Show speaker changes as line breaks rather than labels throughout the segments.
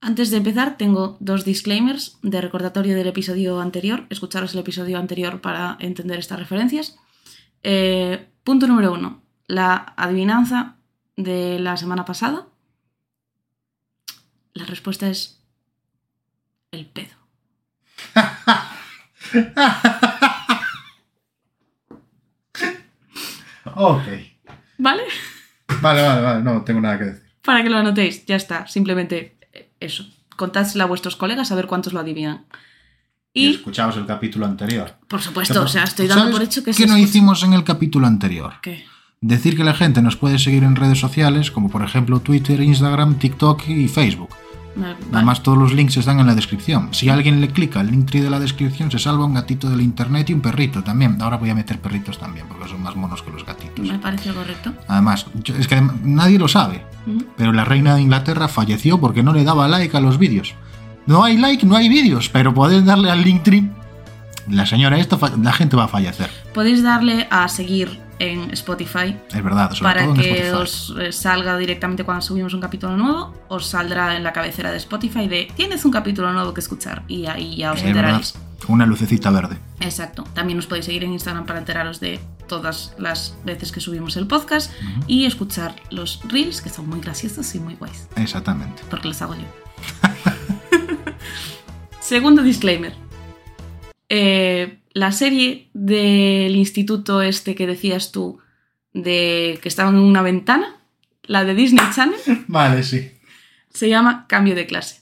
Antes de empezar, tengo dos disclaimers de recordatorio del episodio anterior. Escucharos el episodio anterior para entender estas referencias. Eh, punto número uno, la adivinanza de la semana pasada. La respuesta es el pedo.
Ok.
¿Vale?
Vale, vale, vale. No tengo nada que decir.
Para que lo anotéis, ya está. Simplemente eh, eso. Contádselo a vuestros colegas a ver cuántos lo adivinan.
Y,
Y,
escuchaos el capítulo anterior.
por supuesto, o sea, estoy dando
¿Sabes
por hecho que
¿Qué
se
no
escu-
hicimos en el capítulo anterior?
¿Qué?
Decir que la gente nos puede seguir en redes sociales, como por ejemplo Twitter, Instagram, TikTok y Facebook.
Vale, vale.
Además, todos los links están en la descripción. Si alguien le clica al link tree de la descripción, se salva un gatito del internet y un perrito también. Ahora voy a meter perritos también, porque son más monos que los gatitos.
Me parece correcto.
Además, yo- es que adem- nadie lo sabe,
Ujú.
pero la reina de Inglaterra falleció porque no le daba like a los vídeos. No hay like, no hay vídeos, pero podéis darle al link tree. La señora, esto, fa- la gente va a fallecer.
Podéis darle a seguir en Spotify
Es verdad, sobre
para
todo en
que
Spotify.
os eh, salga directamente cuando subimos un capítulo nuevo, os saldrá en la cabecera de Spotify de tienes un capítulo nuevo que escuchar y ahí ya os
Es verdad,
enteraréis.
una lucecita verde.
Exacto. También os podéis seguir en Instagram para enteraros de todas las veces que subimos el podcast y escuchar los reels que son muy graciosos y muy guays,
Exactamente.
porque los hago yo. Segundo disclaimer. Eh, la serie del instituto este que decías tú, de que estaban en una ventana, la de Disney Channel,
Vale, sí.
se llama Cambio de clase.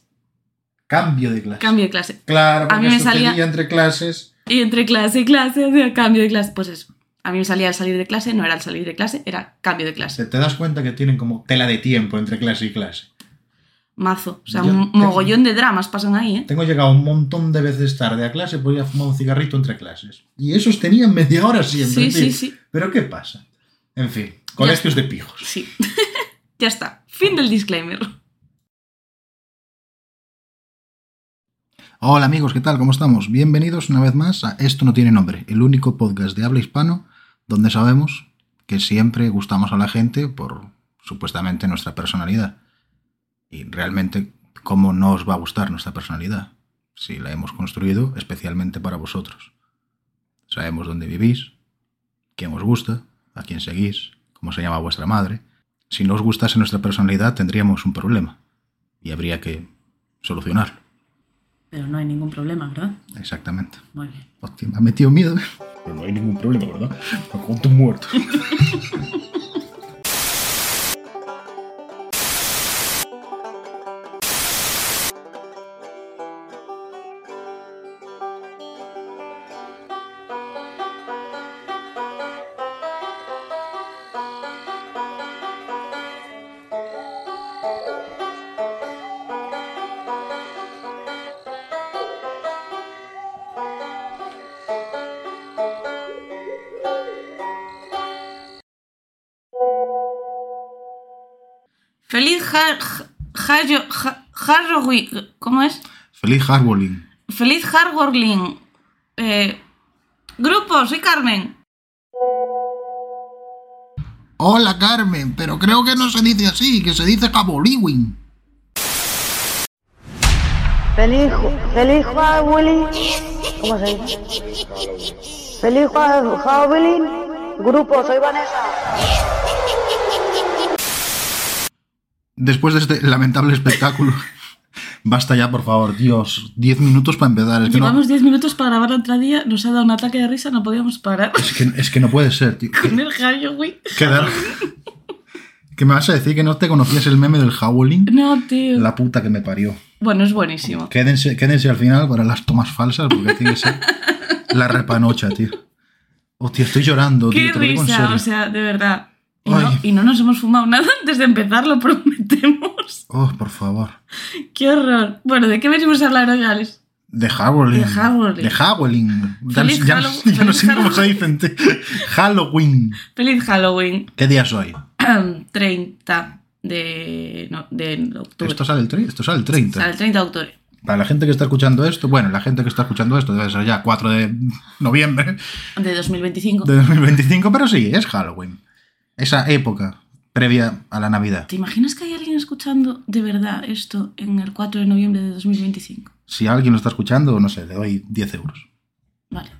Cambio de clase.
Cambio de clase.
Claro, porque
A mí me
sucedía
salía-
entre clases.
Y entre clase y clase, hacía cambio de clase. Pues eso. A mí me salía al salir de clase, no era al salir de clase, era cambio de clase.
Se te das cuenta que tienen como tela de tiempo entre clase y clase.
Mazo. O sea,
Yo-
un mogollón de dramas pasan ahí, ¿eh?
Tengo llegado un montón de veces tarde a clase por ir a fumar un cigarrito entre clases. Y esos tenían media hora siempre. tío.
Sí, sí, sí.
Pero ¿qué pasa? En fin, colegios de pijos.
Sí. ya está. Fin del disclaimer.
Hola amigos, ¿qué tal? ¿Cómo estamos? Bienvenidos una vez más a Esto no tiene nombre, el único podcast de habla hispano donde sabemos que siempre gustamos a la gente por supuestamente nuestra personalidad. Y realmente, ¿cómo no os va a gustar nuestra personalidad? Si la hemos construido especialmente para vosotros. Sabemos dónde vivís, quién os gusta, a quién seguís, cómo se llama vuestra madre. Si no os gustase nuestra personalidad tendríamos un problema y habría que solucionarlo.
Pero no hay ningún problema, ¿verdad?
Exactamente.
Muy bien.
Hostia, me ha metido miedo. Pero no hay ningún problema, ¿verdad? Me cuento muerto.
Feliz Har- Har- Har- Harrowing. ¿Cómo es?
Feliz Harbolin.
Feliz Hargorling. Eh, grupo, soy Carmen.
Hola Carmen, pero creo que no se dice así, que se dice Caboliwin.
Feliz, ju- feliz Juan Willy. ¿Cómo se dice? Feliz Juan, Juan Willy. Grupo, soy Vanessa.
Después de este lamentable espectáculo. Basta ya, por favor, Dios. Diez minutos para empezar. Es que, no,
Llevamos 10 minutos para grabar la otra día, nos ha dado un ataque de risa, no podíamos parar.
es, que, es que no puede ser, tío.
Con el Harrowing.
Quedar. ¿Que me vas a decir que no te conocías el meme del Howling?
No, tío.
La puta que me parió.
Bueno, es buenísimo.
Quédense, quédense al final para las tomas falsas, porque tiene que ser la repanocha, tío. Hostia, estoy llorando, tío.
Qué
te lo digo en
risa,
serio.
o sea, de verdad. Y no,
Ay.
y no nos hemos fumado nada antes de empezar, lo prometemos.
Oh, por favor.
Qué horror. Bueno, ¿de qué venimos a hablar hoy, Alex?
De Howling.
De Howling.
De Howling. Ya, no-
Feliz
ya no-
Hallow-
ya no
feliz
sé cómo se dice. tío. Halloween.
Feliz Halloween.
¿Qué día es hoy?
30 de, no, de octubre.
Esto sale el, tre- esto sale el 30.
Sale el 30 de octubre.
Para la gente que está escuchando esto, bueno, la gente que está escuchando esto debe ser ya 4 de noviembre
De 2025.
de 2025, pero sí, es Halloween. Esa época previa a la Navidad.
¿Te imaginas que hay alguien escuchando de verdad esto en el 4 de noviembre de 2025?
Si alguien lo está escuchando, no sé, le doy 10 euros.
Vale.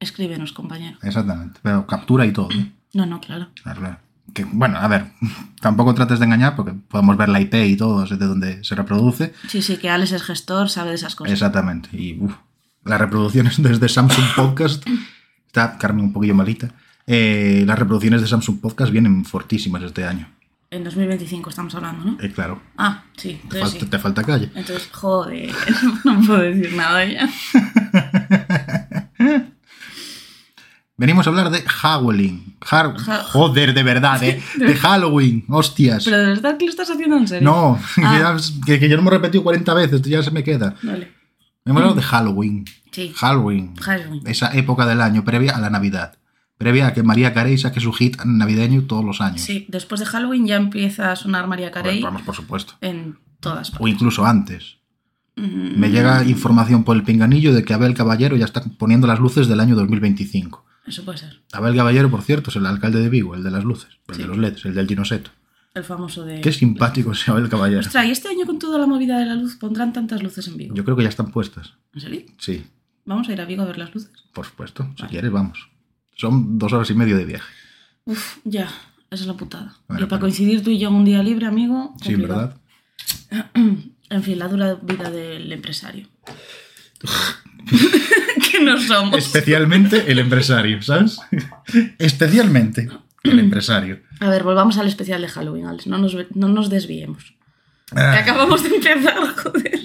Escríbenos, compañero.
Exactamente. Pero captura y todo. ¿eh?
No, no, claro.
Claro, claro. Que, bueno, a ver, tampoco trates de engañar porque podemos ver la IP y todo, es de donde se reproduce.
Sí, sí, que Alex es gestor, sabe de esas cosas.
Exactamente. Y uf, las reproducciones desde Samsung Podcast. Está Carmen un poquillo malita. Eh, las reproducciones de Samsung Podcast vienen fortísimas este año.
En 2025 estamos hablando, ¿no?
Eh, claro.
Ah, sí.
Te
Entonces,
falta,
sí.
te falta calle.
entonces joder, no puedo decir nada ya.
Venimos a hablar de Halloween. Har-
Ja-
Joder, de verdad, eh, de Halloween, hostias.
Pero de verdad que lo estás haciendo en serio.
No,
Ah.
que, que yo no me he repetido 40 veces, ya se me queda.
Vale.
Hemos hablado de Halloween.
Mm. Sí.
Halloween.
Halloween.
Esa época del año previa a la Navidad. Previa a que María Carey saque su hit navideño todos los años.
Sí, después de Halloween ya empieza a sonar María
Por-
Carey
Vamos, por supuesto.
en todas partes.
O incluso antes.
Mm,
Me llega información por el pinganillo de que Abel Caballero ya está poniendo las luces del año 2025.
Eso puede ser.
Abel Caballero, por cierto, es el alcalde de Vigo, el de las luces, el
Sí.
de los LEDs, el del dinoseto.
El famoso de...
Qué simpático es Abel Caballero.
Ostras, y este año con toda la movida de la luz pondrán tantas luces en Vigo.
Yo creo que ya están puestas.
¿En serio?
Sí,
Vamos a ir a Vigo a ver las luces.
por supuesto. Si
Vale.
quieres, vamos. Son dos horas y medio de viaje.
Uf, ya. Esa es la putada.
Bueno,
y para
pero-
coincidir tú y yo en un día libre, amigo...
Sí,
complicado.
¿verdad?
En fin, la dura vida del empresario. que no somos.
Especialmente el empresario, ¿sabes? Especialmente el empresario.
A ver, volvamos al especial de Halloween, Alex. No nos, ve- no nos desviemos. Que
Ah,
acabamos de empezar, joder.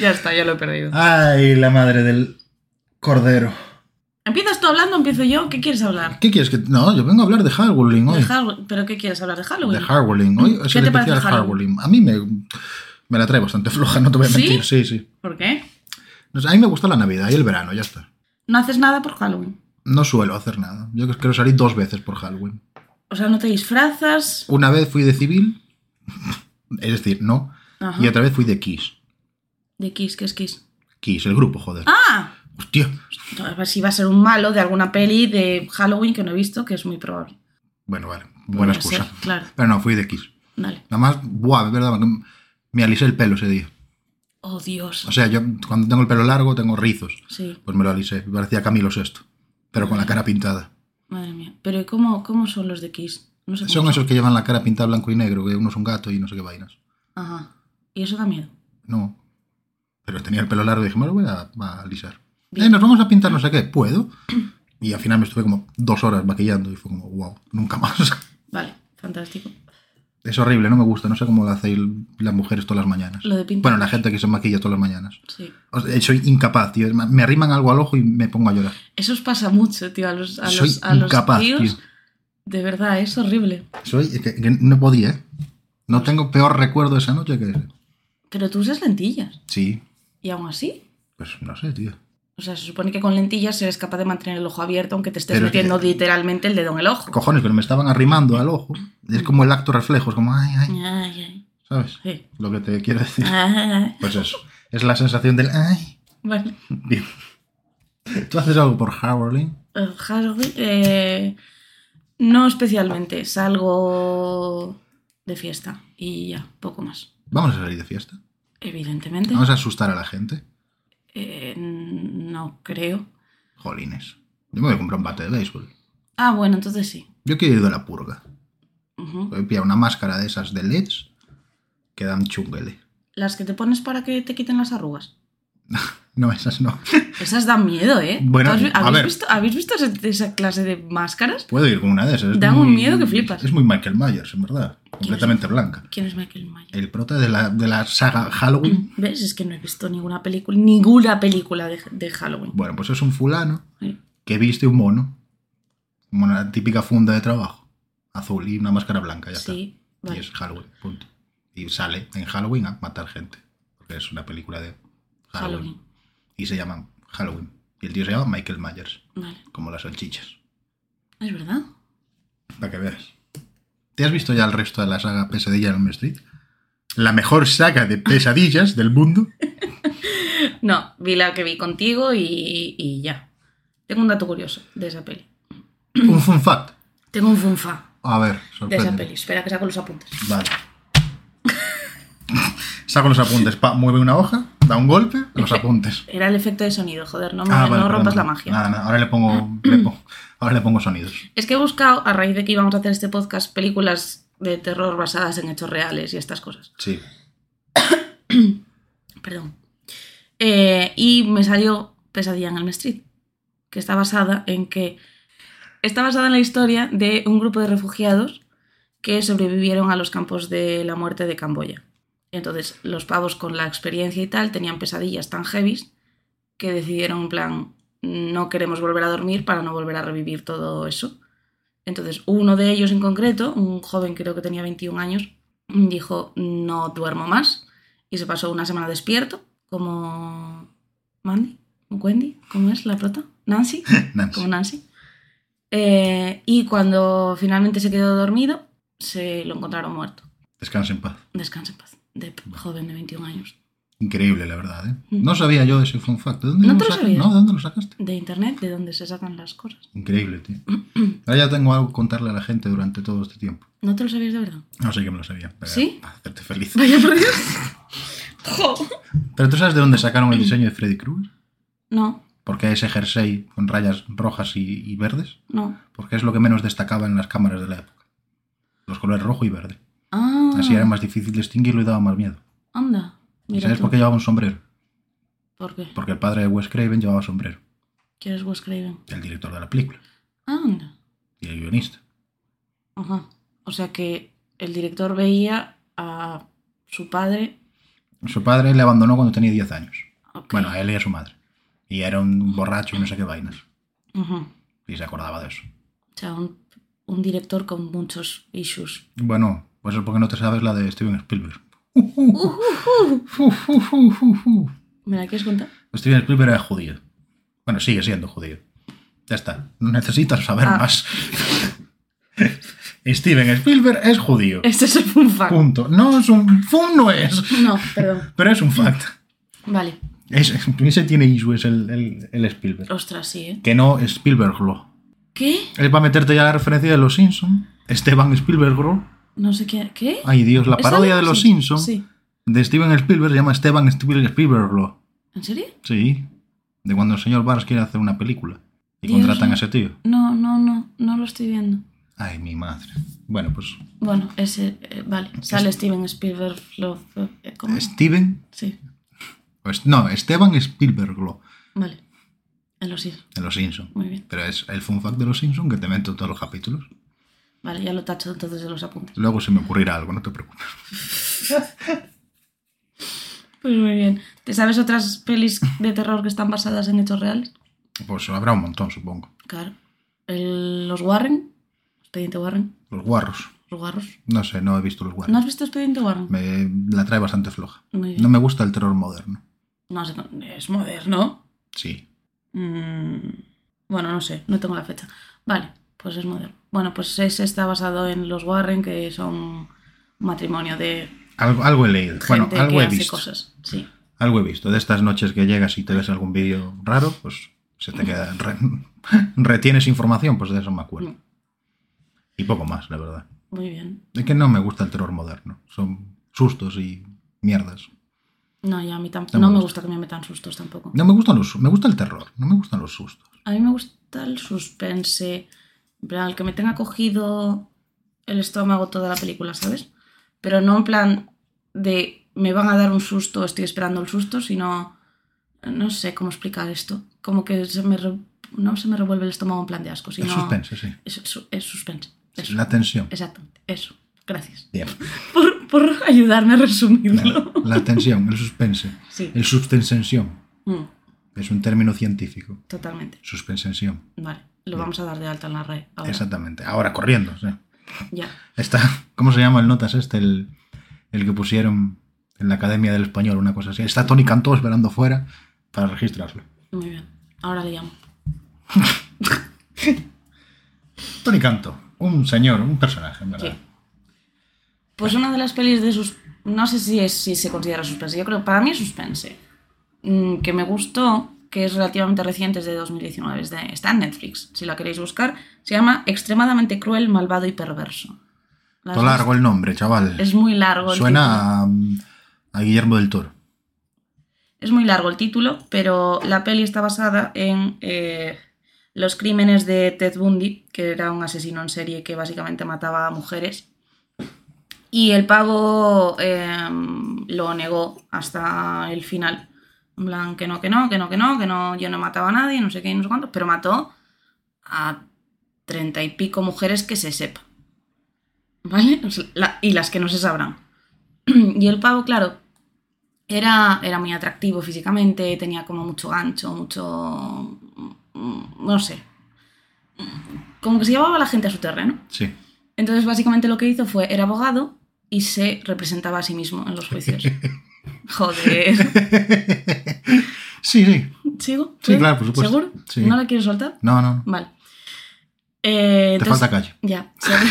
ya está, ya lo he perdido.
Ay, la madre del cordero.
¿Empiezas tú hablando o empiezo yo? ¿Qué quieres hablar?
¿Qué quieres que.? No, yo vengo a hablar de Halloween
De
hoy.
Hall- ¿Pero qué quieres hablar de Halloween?
De Halloween. Hoy es
¿Qué
el
te parece
especial Halloween. A mí me, me la trae bastante floja, no te voy a
¿Sí?
mentir. Sí, sí.
¿Por qué?
No sé, a mí me gusta la Navidad y el verano, ya está.
No haces nada por Halloween.
No suelo hacer nada. Yo creo que salí dos veces por Halloween.
O sea, no te disfrazas.
Una vez fui de civil, es decir, no.
Ajá.
Y otra vez fui de Kiss.
¿De Kiss? ¿Qué es Kiss?
Kiss, el grupo, joder.
¡Ah!
Hostia.
A ver si va a ser un malo de alguna peli de Halloween que no he visto, que es muy probable.
Bueno, vale. Buena
Podría
excusa.
ser, claro.
Pero no, fui de Kiss.
Vale.
Nada más, buah, es verdad, me- me alisé el pelo ese día.
Oh, Dios.
O sea, yo cuando tengo el pelo largo tengo rizos.
Sí,
Pues me lo alisé. Parecía Camilo Sexto. Pero con la cara pintada.
madre mía. Pero ¿cómo, cómo son los de Kiss? No sé cómo
Son esos que llevan la cara pintada blanco y negro, que uno es un gato y no sé qué vainas.
Ajá. Y eso da miedo.
No. Pero tenía el pelo largo y dije, me lo voy a, a alisar.
Bien.
Eh, nos vamos a pintar no sé qué. ¿Puedo? Y al final me estuve como dos horas maquillando y fue como, wow, nunca más.
Vale, fantástico.
Es horrible, no me gusta. No sé cómo lo hacen las mujeres todas las mañanas.
Lo de pintar.
Bueno, la gente que se maquilla todas las mañanas.
Sí.
O sea, soy incapaz, tío. Me arriman algo al ojo y me pongo a llorar.
Eso os pasa mucho, tío, a los, a
Soy
los, a los
incapaz,
tíos.
tío.
De verdad, es horrible.
Soy, es que- que no podía, ¿eh? No tengo peor recuerdo de esa noche que ese.
Pero tú usas lentillas.
Sí,
Y aún así.
pues no sé, tío.
O sea, se supone que con lentillas eres capaz de mantener el ojo abierto aunque te estés
Pero es
metiendo
que-
literalmente el dedo en el ojo.
Cojones, pero me estaban arrimando al ojo. Es como el acto reflejo, es como, ay, ay,
Ay, ay.
¿sabes?
Sí.
Lo que te quiero decir.
Ay,
Pues eso. Es la sensación del, ay.
Vale.
Bien. ¿Tú haces algo por Howling?
Eh, Halloween, eh, no especialmente. Salgo de fiesta y ya, poco más.
Vamos a salir de fiesta.
Evidentemente.
Vamos a asustar a la gente.
Eh, no creo.
Jolines. Yo me voy a comprar un bate de béisbol.
Ah, bueno, entonces sí.
Yo quiero ir de la purga.
Ujú.
Voy a pillar una máscara de esas de LEDs que dan chunguele.
Las que te pones para que te quiten las arrugas.
No, esas no.
Esas dan miedo, ¿eh?
Bueno,
¿Tú has vi-
a
¿habéis,
ver.
Visto, ¿habéis visto ese- esa clase de máscaras?
Puedo ir con una de esas. es
Dan un
muy-
miedo que flipas.
Es muy Michael Myers, en verdad. Completamente blanca.
¿Quién es Michael Myers?
El prota de la, de la saga Halloween.
¿Ves? Es que no he visto ninguna película, ninguna película de, de Halloween.
Bueno, pues es un fulano
Sí.
que viste un mono. Como una típica funda de trabajo. Azul y una máscara blanca, ya
Sí,
está.
vale.
Y es Halloween, punto. Y sale en Halloween a matar gente. Porque es una película de Halloween.
Halloween.
Y se llaman Halloween. Y el tío se llama Michael Myers.
Vale.
Como las salchichas.
Es verdad.
Para que veas. ¿Te has visto ya el resto de la saga Pesadilla en Elm Street? La mejor saga de pesadillas del mundo.
No, vi la que vi contigo y, y ya. Tengo un dato curioso de esa peli.
Un fun fact.
Tengo un funfa
A ver,
de esa
sorprende.
peli. Espera que saco los apuntes.
Vale. Saco los apuntes. Pa, mueve una hoja, da un golpe, los apuntes.
Era el efecto de sonido, joder, no, me- no
Ah, vale,
rompas
perdón. Ah.
la magia.
Nada, nada, Ahora le pongo, le pongo- ahora le pongo sonidos.
Es que he buscado, a raíz de que íbamos a hacer este podcast, películas de terror basadas en hechos reales y estas cosas.
Sí.
Perdón. Eh, y me salió Pesadilla en el Street, que está basada en que. Está basada en la historia de un grupo de refugiados que sobrevivieron a los campos de la muerte de Camboya. Entonces, los pavos con la experiencia y tal tenían pesadillas tan heavies que decidieron, en plan, no queremos volver a dormir para no volver a revivir todo eso. Entonces, uno de ellos en concreto, un joven creo que tenía 21 años, dijo, no duermo más. Y se pasó una semana despierto, como Mandy, Wendy, ¿cómo es la prota? Nancy,
Nancy.
como Nancy. Eh, y cuando finalmente se quedó dormido, se lo encontraron muerto.
Descansa en paz.
Descansa en paz, de p- joven de 21 años.
Increíble, la verdad, ¿eh?
Mm.
No sabía yo ese fun fact. ¿De dónde
¿No
lo
te lo
saca-
sabías?
No, ¿de dónde lo sacaste?
De internet, de donde se sacan las cosas.
Increíble, tío. Ahora ya tengo algo que contarle a la gente durante todo este tiempo.
¿No te lo sabías de verdad?
No sé que me lo sabía. pero
¿Sí?
Para hacerte feliz.
Vaya por Dios. Jo.
Pero tú sabes de dónde sacaron el diseño de Freddy Krueger?
No,
Porque ese jersey con rayas rojas y, y verdes.
no.
Porque es lo que menos destacaba en las cámaras de la época. Los colores rojo y verde.
Ah,
Así era más difícil distinguirlo y daba más miedo.
Anda.
¿Y
Mira
sabes
tú.
por qué llevaba un sombrero?
¿Por qué?
Porque el padre de Wes Craven llevaba sombrero.
¿Quién es Wes Craven? Ah,
El director de la película.
Anda.
Y el guionista.
Ajá. O sea que el director veía a su padre.
Su padre le abandonó cuando tenía 10 años.
ok.
Bueno, a él y a su madre. Y era un borracho y no sé qué vainas.
Ujú.
Y se acordaba de eso.
O sea, un, un director con muchos issues.
Bueno, pues es porque no te sabes la de Steven Spielberg.
¿Me la quieres contar?
Steven Spielberg era judío. Bueno, sigue siendo judío. Ya está. No necesitas saber
Ah.
más. Steven Spielberg es judío.
Este es el fun fact.
Punto. No es un. Fun no es.
No, perdón.
Pero es un fact.
Vale.
Ese, ese tiene issues el, el, el Spielberg.
Ostras, sí, ¿eh?
Que no Spielberg lo.
¿Qué?
Es para meterte ya la referencia de los Simpsons. Esteban Spielberg lo.
No sé qué. ¿Qué?
Ay Dios, la
¿Es
parodia
algo
de los
así?
Simpsons
Sí.
de Steven Spielberg se llama Esteban Spiel- Spielberg lo.
¿En serio?
Sí. De cuando el señor Barnes quiere hacer una película. Y
Dios
contratan a
mío.
ese tío.
No, no, no. No lo estoy viendo.
Ay, mi madre. Bueno, pues.
Bueno, ese. eh, vale. Sale Steven Spielberg. Lo, eh, ¿Cómo?
Steven.
Sí.
pues, no, Esteban Spielberg lo.
Vale. En los issues.
De los Simpsons.
Muy bien.
Pero es el fun fact de los Simpsons que te meto en todos los capítulos.
Vale, ya lo tacho entonces de los apuntes.
Luego se me ocurrirá algo, no te preocupes.
Pues muy bien. ¿Te sabes otras pelis de terror que están basadas en hechos reales?
Pues habrá un montón, supongo.
Claro. El- los Warren. Expediente Warren.
Los guarros.
Los Warros.
No sé, no he visto los guarros.
¿No has visto Expediente Warren?
Me la trae bastante floja.
Muy bien.
No me gusta el terror moderno.
No sé, es moderno.
Sí.
Mm, bueno, no sé, no tengo la fecha. Vale, pues es moderno. Bueno, pues ese está basado en los Warren, que son un matrimonio de
Algo, algo he leído.
gente
Bueno, algo
que
he
hace
visto.
cosas. Sí.
Algo he visto. De estas noches que llegas y te ves algún vídeo raro, pues se te queda. re- retienes información, pues de eso me
Mm.
acuerdo. Y poco más, la verdad.
Muy bien.
Es que no me gusta el terror moderno. Son sustos y mierdas.
No, ya a mí tampoco.
No
No,
me
me gusta que me metan sustos tampoco.
No me gustan los. Me gusta el terror, no me gustan los sustos.
A mí me gusta el suspense. En plan, el que me tenga cogido el estómago toda la película, ¿sabes? Pero no en plan de me van a dar un susto, estoy esperando el susto, sino. No sé cómo explicar esto. Como que se me re- no se me revuelve el estómago en plan de asco,
El
sino.
suspense, sí.
Es, su- es suspense. Eso.
La tensión.
Exactamente. Eso. Gracias.
Bien.
Por, por ayudarme a resumirlo.
La tensión, el suspense.
Sí.
El suspensensión.
Mm,
Es un término científico.
totalmente.
Suspensensión.
Vale. Lo vamos a dar de alta en la red. Ahora.
Exactamente. Ahora corriendo. sí.
Ya.
Está, ¿cómo se llama el notas este? El, el que pusieron en la Academia del Español, una cosa así. Está Tony Cantó esperando fuera para registrarlo.
Muy bien. Ahora le llamo.
Tony Cantó, un señor, un personaje, en verdad.
Sí. Pues una de las pelis de sus... No sé si, es, si se considera suspense. Yo creo, para mí es suspense. Mm, que me gustó que es relativamente reciente, es de 2019, es de- está en Netflix, si la queréis buscar. Se llama Extremadamente cruel, malvado y perverso. ¿La has
Todo largo el nombre, chaval.
visto? Es muy largo. el título.
Suena a, a Guillermo del Toro.
Es muy largo el título, pero la peli está basada en eh, los crímenes de Ted Bundy, que era un asesino en serie que básicamente mataba a mujeres. Y el pavo eh, lo negó hasta el final. En plan, que no, que no, que no, que no, que no, yo no mataba a nadie, no sé qué, no sé cuánto, pero mató a treinta y pico mujeres que se sepa. ¿Vale? O sea, la- y las que no se sabrán. y el pavo, claro, era, era muy atractivo físicamente, tenía como mucho gancho, mucho... mm, no sé. Como que se llevaba a la gente a su terreno.
Sí.
Entonces, básicamente lo que hizo fue, era abogado y se representaba a sí mismo en los juicios. Joder.
sí, sí.
¿Sigo?
Sí, claro, por supuesto.
¿Seguro?
Sí.
¿No la quieres soltar?
No, no.
Vale. Eh,
Te
entonces-
falta calle.
Ya. se re-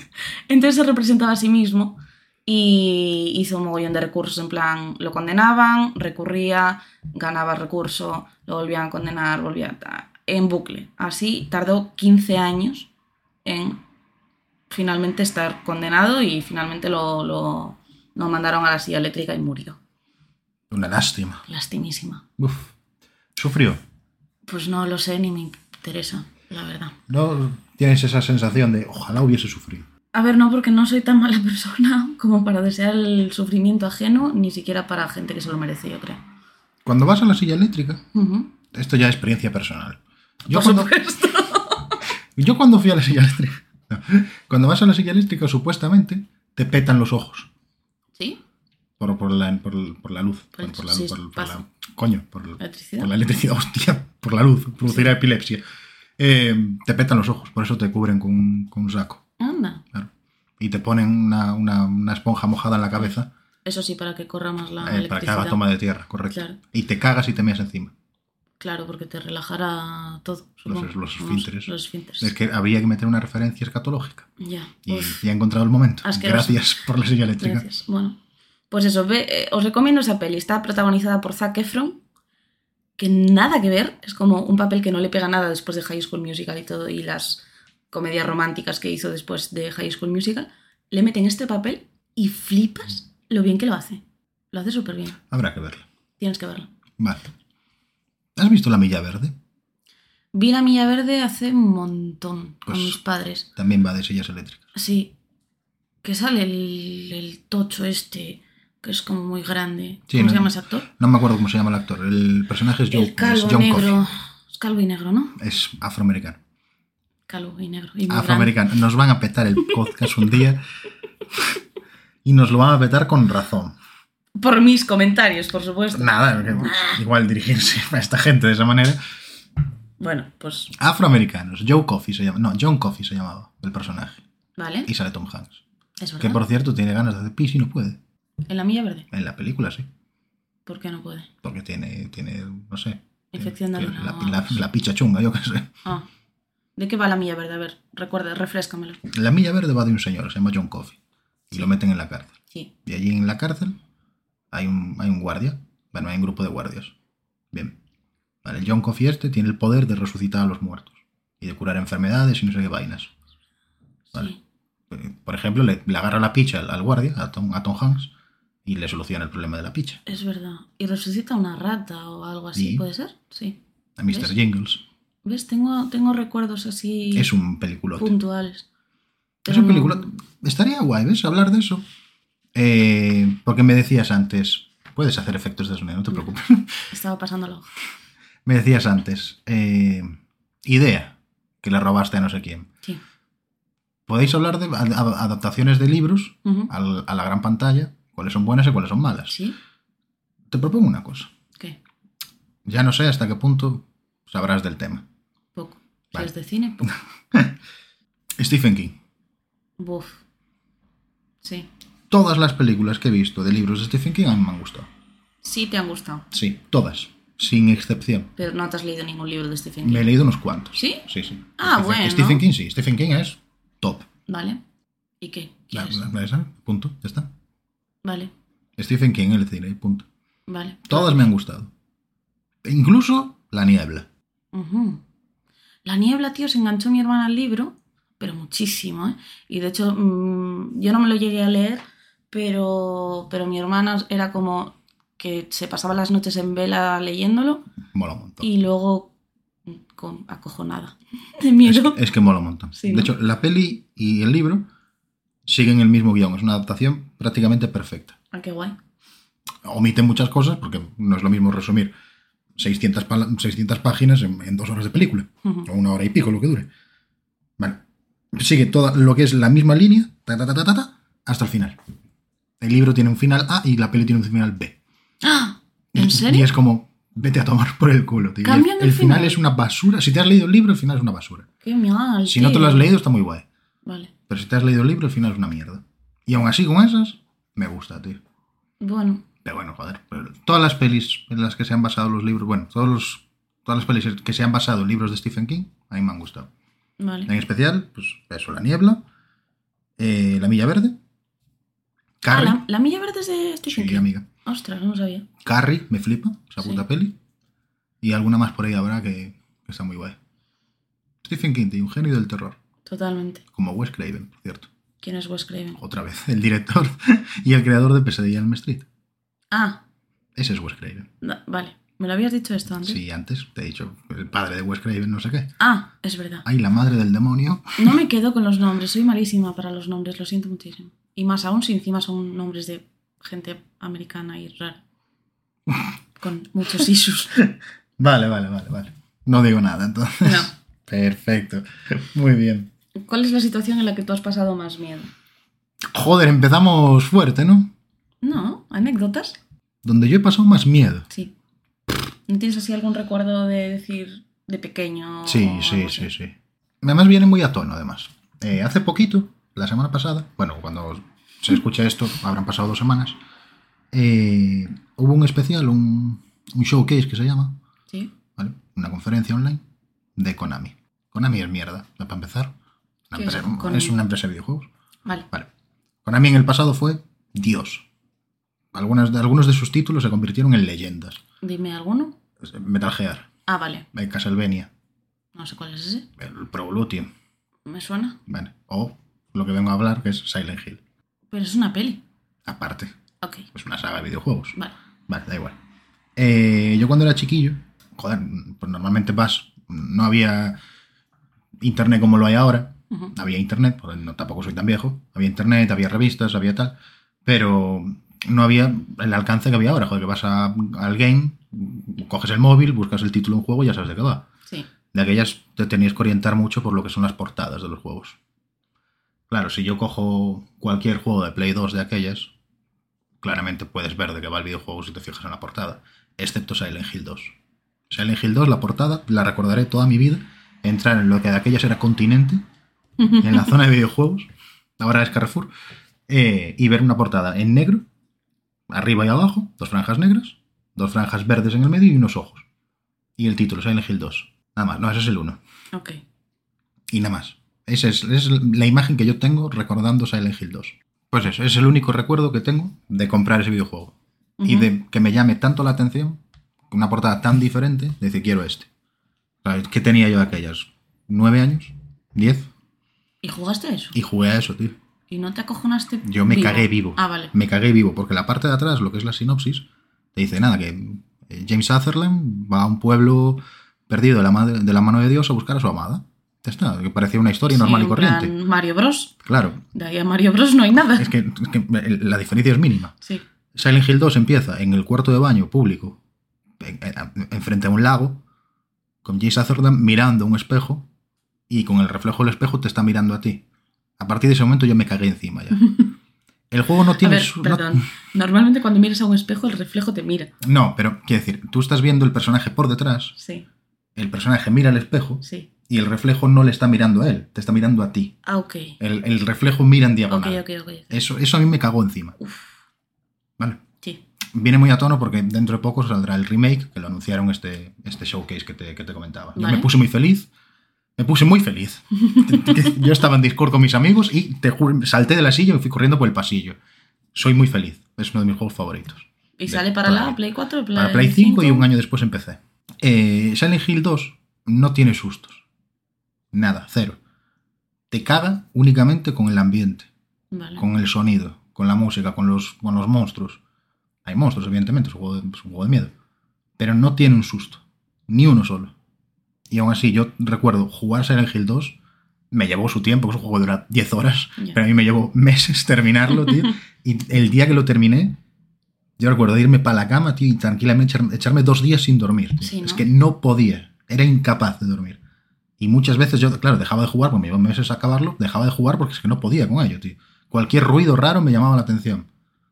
Entonces se representaba a sí mismo y hizo un mogollón de recursos. En plan, lo condenaban, recurría, ganaba recurso, lo volvían a condenar, volvía a... ta- En bucle. Así tardó 15 años en finalmente estar condenado y finalmente lo, lo, lo mandaron a la silla eléctrica y murió.
Una lástima.
Lastimísima.
Uf. Sufrió.
Pues no lo sé ni me interesa, la verdad.
No tienes esa sensación de ojalá hubiese sufrido.
A ver, no, porque no soy tan mala persona como para desear el sufrimiento ajeno, ni siquiera para gente que se lo merece, yo creo.
Cuando vas a la silla eléctrica,
Ujú.
esto ya es experiencia personal. Yo
Por
cuando,
supuesto.
yo cuando fui a la silla eléctrica, no. cuando vas a la silla eléctrica, supuestamente te petan los ojos
¿Sí?
por, por, la, por, el- por la luz.
Por el
por la- por- por la-
chispazo.
coño, por, el-
¿Electricidad?
por la electricidad, hostia, por la luz, producirá epilepsia. Eh, te petan los ojos, por eso te cubren con un, con un saco.
Anda.
claro. Y te ponen una, una- una esponja mojada en la cabeza
Eso sí, para que corra más la
eh, para que
Ah, electricidad.
haga toma de tierra, correcto.
Claro.
Y te cagas y te meas encima.
Claro, porque te relajará todo. supongo.
los
No sé,
esfínteres.
Los esfínteres.
Es que habría que meter una referencia escatológica.
Ya.
Y
Uf, Ah,
ya he encontrado el momento.
Asqueroso.
Gracias por la silla eléctrica.
gracias. Bueno. Pues eso, ve- eh, os recomiendo esa peli. Está protagonizada por Zac Efron, que nada que ver. Es como un papel que no le pega nada después de High School Musical y todo, y las comedias románticas que hizo después de High School Musical, le meten este papel y flipas lo bien que lo hace. Lo hace súper bien.
Habrá que verla.
Tienes que verlo.
Vale. ¿Has visto La Milla Verde?
Vi la Milla Verde hace un montón con
Pues-
mis padres.
También va de sillas eléctricas.
Sí. Que sale el, el tocho este, que es como muy grande.
Sí,
¿Cómo
no-
se llama ese actor?
No me acuerdo cómo se llama el actor. El personaje es, Joe,
el calvo
es John
negro. Es calvo y negro, ¿no?
Coffey. Es afroamericano.
Calvo y negro. y muy
Afroamericano. Nos van a petar el podcast un día. Y nos lo van a petar con razón.
grande. Por mis comentarios, por supuesto.
Nada, que- igual dirigirse a esta gente de esa manera.
Bueno, pues
Afroamericanos. Joe Coffey se llama. No, John Coffey se llamaba el personaje.
vale.
Y sale Tom Hanks.
Es verdad.
Que por cierto tiene ganas de hacer pis y no puede.
En la Milla Verde.
En la película sí.
¿Por qué no puede?
Porque tiene, tiene no sé.
Infección de
tiene-
orina
la,
o algo
Eh, la-
así.
la picha chunga, yo qué sé.
Ah. ¿De qué va la Milla Verde? A ver, recuerda, refrescamelo.
La milla verde va de un señor, se llama John Coffey. Y lo meten en la cárcel.
Sí.
Y allí en la cárcel hay un, hay un guardia. Bueno, hay un grupo de guardias. Bien. Vale, el John Coffey este tiene el poder de resucitar a los muertos. Y de curar enfermedades y no sé qué vainas. Vale.
Sí.
Eh, Por ejemplo, le, le agarra la picha al, al guardia, a Tom, a Tom Hanks, y le soluciona el problema de la picha.
Es verdad. Y resucita una rata o algo así,
Sí.
¿puede ser? Sí.
A Mr.
¿Ves?
Jingles.
¿Ves? Tengo, tengo recuerdos así
Es un peliculote.
puntuales.
Es
Pero
un
no-
peliculote. Estaría guay, ¿ves? Hablar de eso. Eh, porque me decías antes. Puedes hacer efectos de sonido, no te preocupes.
Estaba pasándolo.
me decías antes. eh, idea. Que le robaste a no sé quién.
Sí.
Podéis hablar de ad- ad- adaptaciones de libros
Ujú.
al- a la gran pantalla. Cuáles son buenas y cuáles son malas.
¿Sí?
Te propongo una cosa.
¿Qué?
Ya no sé hasta qué punto sabrás del tema.
Poco. Si
Vale.
es de cine, poco.
Stephen King.
Buf. Sí.
Todas las películas que he visto de libros de Stephen King a mí me han gustado.
Sí te han gustado,
Sí, todas. Sin excepción.
pero no te has leído ningún libro de Stephen King.
Me he leído unos cuantos.
¿Sí?
Sí, sí.
Ah,
Stephen,
bueno.
Stephen King, sí. Stephen King es top.
Vale. ¿Y qué?
La-
¿Quieres?
la- esa, punto. Ya está.
Vale,
Stephen King, el cine, punto.
vale.
Todas me han gustado. Incluso la niebla.
Ujú. La niebla, tío, se enganchó mi hermana al libro, pero muchísimo, ¿eh? Y de hecho, mm, yo no me lo llegué a leer, pero, pero mi hermana era como que se pasaba las noches en vela leyéndolo
Mola un montón.
y luego mm, con, acojonada de miedo.
Es, es que mola un montón.
Sí,
de
¿no?
hecho, la peli y el libro siguen el mismo guión. Es una adaptación prácticamente perfecta.
Ah, qué guay.
Omite muchas cosas porque no es lo mismo resumir 600, pala- 600 páginas en, en dos horas de película.
Ujú.
O una hora y pico, lo que dure. Vale. Sigue toda lo que es la misma línea, ta, ta, ta, ta, ta, ta, hasta el final. El libro tiene un final A y la peli tiene un final B.
¡Ah! ¿En
Y
serio?
es como, vete a tomar por el culo. tío. Y El,
Cambian el
el final
final.
es una basura. Si te has leído el libro, el final es una basura.
¡Qué mal!
Si no te lo has
tío.
leído, está muy guay.
Vale.
Pero si te has leído el libro, el final es una mierda. Y aún así, con esas, me gusta, tío.
Bueno,
Pero bueno, joder. pero todas las pelis en las que se han basado los libros, bueno, todos los, todas las pelis que se han basado en libros de Stephen King, a mí me han gustado. En
vale.
especial, pues eso, La Niebla, eh, La Milla Verde,
Ah,
Carrie.
la, la milla verde es de Stephen
Sí,
King.
amiga.
Ostras, no lo sabía.
Carrie, me flipa, esa
Sí.
puta peli. Y alguna más por ahí habrá que, que está muy guay. Stephen King, tío, un genio del terror.
Totalmente.
Como Wes Craven, por cierto.
¿Quién es Wes Craven?
Otra vez, el director y el creador de Pesadilla en Elm Street.
Ah,
Ese es Wes Craven.
no, vale. ¿Me lo habías dicho esto antes?
Sí, antes te he dicho, el padre de Wes Craven, no sé qué.
Ah, es verdad.
Ay, la madre del demonio.
No me quedo con los nombres, soy malísima para los nombres, lo siento muchísimo. Y más aún si encima son nombres de gente americana y rara. Con muchos isus.
Vale, vale, vale, vale. No digo nada, entonces.
No.
Perfecto. Muy bien.
¿Cuál es la situación en la que tú has pasado más miedo?
Joder, empezamos fuerte, ¿no?
No, anécdotas.
Donde yo he pasado más miedo.
Sí. ¿No tienes así algún recuerdo de decir de pequeño?
Sí,
o
sí,
algo
sí,
así?
sí. Además viene muy a tono, además. Eh, hace poquito, la semana pasada, bueno, cuando se escucha esto, habrán pasado dos semanas, eh, hubo un especial, un, un showcase que se llama,
Sí.
¿vale? Una conferencia online de Konami. Konami es mierda, para empezar. Una
¿Qué
empresa-
es
es,
Konami?
una empresa de videojuegos.
Vale.
Vale. Konami en el pasado fue Dios. Algunas de- algunos de sus títulos se convirtieron en leyendas.
Dime alguno.
Metal Gear,
Ah, vale.
eh, Castlevania,
No sé cuál es ese.
el Pro Evolution,
Me suena.
Vale. O lo que vengo a hablar, que es Silent Hill.
Pero es una peli.
Aparte,
Ok.
es una saga de videojuegos.
Vale.
Vale, da igual. Eh, yo cuando era chiquillo, joder, pues normalmente vas, no había internet como lo hay ahora.
Ujú.
Había internet, porque no, tampoco soy tan viejo. Había internet, había revistas, había tal. Pero no había el alcance que había ahora. Joder, que vas a- al game, coges el móvil, buscas el título de un juego y ya sabes de qué va.
Sí.
de aquellas te tenías que orientar mucho por lo que son las portadas de los juegos. Claro, si yo cojo cualquier juego de Play 2 de aquellas, claramente puedes ver de qué va el videojuego si te fijas en la portada, excepto Silent Hill 2. Silent Hill 2, la portada, la recordaré toda mi vida, entrar en lo que de aquellas era continente, en la zona de videojuegos, ahora es Carrefour, eh, y ver una portada en negro, arriba y abajo, dos franjas negras, dos franjas verdes en el medio y unos ojos. Y el título, Silent Hill 2. Nada más, no, ese es el 1.
Ok.
Y nada más. Esa es, esa es la imagen que yo tengo recordando Silent Hill 2. Pues eso, es el único recuerdo que tengo de comprar ese videojuego. Y
Ujú.
de que me llame tanto la atención, una portada tan diferente, de decir, quiero este. O sea, ¿Qué tenía yo de aquellas? ¿Nueve años? ¿Diez?
¿Y jugaste a eso?
Y jugué a eso, tío.
¿Y no te acojonaste?
Yo me cagué vivo.
Ah, vale.
Me cagué vivo, porque la parte de atrás, lo que es la sinopsis, te dice nada, que eh, James Sutherland va a un pueblo perdido de la, madre- de la mano de Dios a buscar a su amada. Ya está, que parecía una historia
Sí,
normal y
en
corriente.
plan Mario Bros.
Claro,
De ahí a Mario Bros no hay nada.
es que, es que la diferencia es mínima.
Sí.
Silent Hill 2 empieza en el cuarto de baño público, en- en- enfrente a un lago, con James Sutherland mirando un espejo y con el reflejo del espejo te está mirando a ti. A partir de ese momento yo me cagué encima ya. El juego no
A
tiene...
ver,
su- no-
perdón. Normalmente cuando miras a un espejo, el reflejo te mira.
No, pero quiero decir, tú estás viendo el personaje por detrás,
Sí,
el personaje mira al espejo
sí.
y el reflejo no le está mirando a él, te está mirando a ti.
Ah, ok.
El, el reflejo mira en
Ok,
diagonal.
ok, ok.
Eso, eso a mí me cagó encima. Vale.
Sí.
Viene muy a tono porque dentro de poco saldrá el remake que lo anunciaron este, este showcase que te, que te comentaba. Yo
Vale.
me puse muy feliz. Me puse muy feliz. Yo estaba en Discord con mis amigos y te juro, salté de la silla y me fui corriendo por el pasillo. Soy muy feliz. Es uno de mis juegos favoritos.
¿Y
De
sale para
pues, Play.
la Play 4?
Para Play 5 y un año después empecé. Eh, Silent Hill 2 no tiene sustos. Nada, cero. Te caga únicamente con el ambiente,
Vale.
con el sonido, con la música, con los, con los monstruos. Hay monstruos, evidentemente, es un, juego de, es un juego de miedo. Pero no tiene un susto, ni uno solo. Y aún así, yo recuerdo jugar Silent Hill 2, me llevó su tiempo, porque es un juego que dura 10 horas,
Ya.
pero a mí me llevó meses terminarlo, tío. y el día que lo terminé, yo recuerdo irme para la cama, tío, y tranquilamente echar- echarme dos días sin dormir. tío.
Sí, ¿no?
Es que no podía, era incapaz de dormir. Y muchas veces yo, claro, dejaba de jugar, porque me llevó meses a acabarlo, dejaba de jugar porque es que no podía con ello, tío. Cualquier ruido raro me llamaba la atención.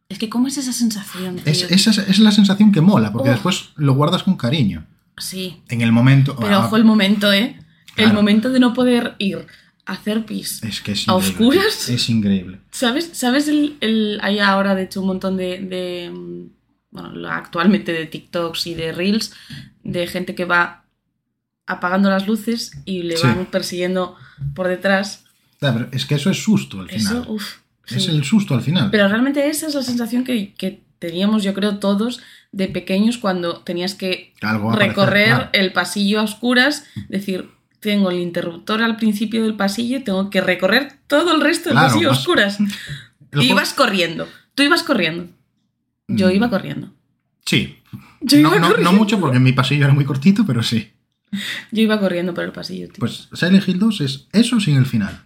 Es que, ¿cómo es esa sensación? tío?
Es, esa es, es la sensación que mola, porque
Uf.
después lo guardas con cariño.
Sí.
En el momento...
Pero
ah,
ojo el momento, ¿eh?
Claro. Eh.
El momento de no poder ir a hacer pis.
es que es
a
increíble, tío.
oscuras.
Es increíble.
¿Sabes? ¿Sabes el, el- Hay ahora, de hecho, un montón de, de, mm, Bueno, lo- actualmente de TikToks y de Reels, de gente que va apagando las luces y le
Sí.
van persiguiendo por detrás.
Claro, pero es que eso es susto al final.
Eso, uff.
Es el susto al final.
Pero realmente esa es la sensación que, que teníamos, yo creo, todos de pequeños cuando tenías que
Algo va a aparecer,
recorrer
claro.
el pasillo a oscuras, decir, tengo el interruptor al principio del pasillo, tengo que recorrer todo el resto del
Claro,
pasillo a
vas-
oscuras.
El
Y
juego-
ibas corriendo. Tú ibas corriendo. Yo
Mm.
iba corriendo.
Sí.
Yo
no,
iba
no- no
corriendo.
mucho porque mi pasillo era muy cortito, pero sí.
Yo iba corriendo por el pasillo, tío.
Pues Silent Hill 2 es eso sin el final.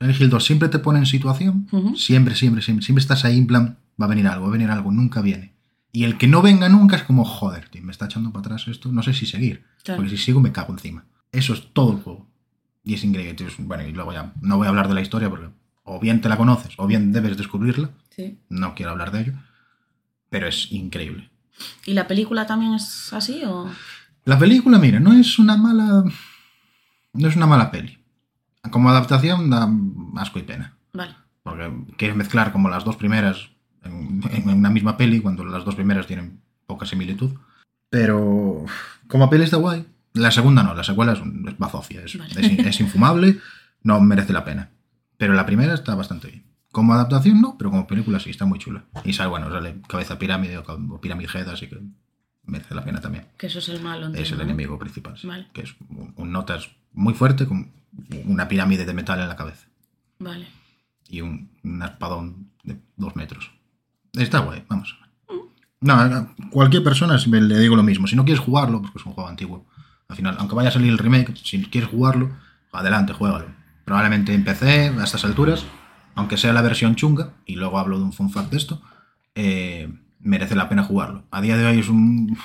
Silent Hill 2 siempre te pone en situación.
Ujú.
Siempre, siempre, siempre. Siempre estás ahí en plan, va a venir algo, va a venir algo, nunca viene. Y el que no venga nunca es como, joder, tío, me está echando para atrás esto, no sé si seguir.
Claro.
Porque si sigo me cago encima. Eso es todo el juego. Y es increíble. tío, es- Bueno, y luego ya no voy a hablar de la historia porque o bien te la conoces o bien debes descubrirla.
Sí.
No quiero hablar de ello. Pero es increíble.
¿Y la película también es así o...?
La película, mira, no es una mala. No es una mala peli. Como adaptación da asco y pena.
Vale.
Porque quieres mezclar como las dos primeras en, en una misma peli, cuando las dos primeras tienen poca similitud. Pero como peli está guay. La segunda no, la secuela es, un- es bazofia, es,
Vale.
es in- es infumable, no merece la pena. Pero la primera está bastante bien. Como adaptación no, pero como película sí, está muy chula. Y sale, bueno, sale cabeza pirámide o, ca- o pirámide head, así que merece la pena también
Que eso es el malo.
es
entiendo,
el
¿no?
enemigo principal. sí,
Vale.
Que es un, un notas muy fuerte con una pirámide de metal en la cabeza
Vale.
y un, un espadón de dos metros. Está guay, vamos.
Mm.
No, a cualquier persona si me- le digo lo mismo. Si no quieres jugarlo, porque es un juego antiguo, al final, aunque vaya a salir el remake, si quieres jugarlo, adelante, juégalo. Probablemente en PC, a estas alturas, aunque sea la versión chunga, y luego hablo de un fun fact de esto, eh, merece la pena jugarlo. A día de hoy es un,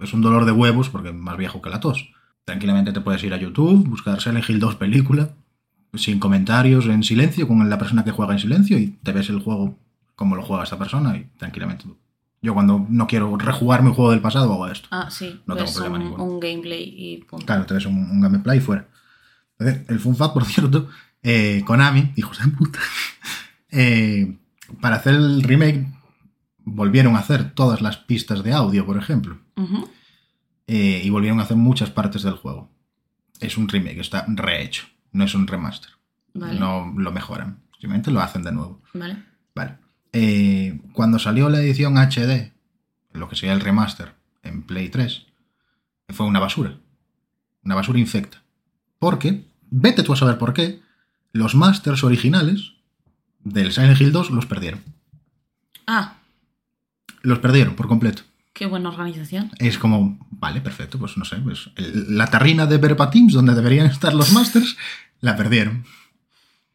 es un dolor de huevos, porque es más viejo que la tos. Tranquilamente te puedes ir a YouTube, buscar Silent Hill 2 película, sin comentarios, en silencio, con la persona que juega en silencio y te ves el juego como lo juega esta persona y tranquilamente. Yo cuando no quiero rejugarme un juego del pasado hago esto.
Ah, sí.
No tengo
ves
problema
un,
ninguno.
un gameplay y punto.
Claro, te ves un, un gameplay y fuera. Entonces, el fun fact, por cierto, eh, Konami, hijos de puta, eh, para hacer el remake volvieron a hacer todas las pistas de audio, por ejemplo.
Ujú.
eh, y volvieron a hacer muchas partes del juego. Es un remake, está rehecho, no es un remaster.
Vale.
No lo mejoran, simplemente lo hacen de nuevo.
Vale.
Vale. Eh, cuando salió la edición HD, lo que sería el remaster en Play 3, fue una basura. Una basura infecta. Porque, vete tú a saber por qué, los masters originales del Silent Hill 2 los perdieron.
Ah,
Los perdieron por completo.
qué buena organización.
Es como, vale, perfecto, pues no sé, pues el- la tarrina de Verbatims donde deberían estar los masters, la perdieron.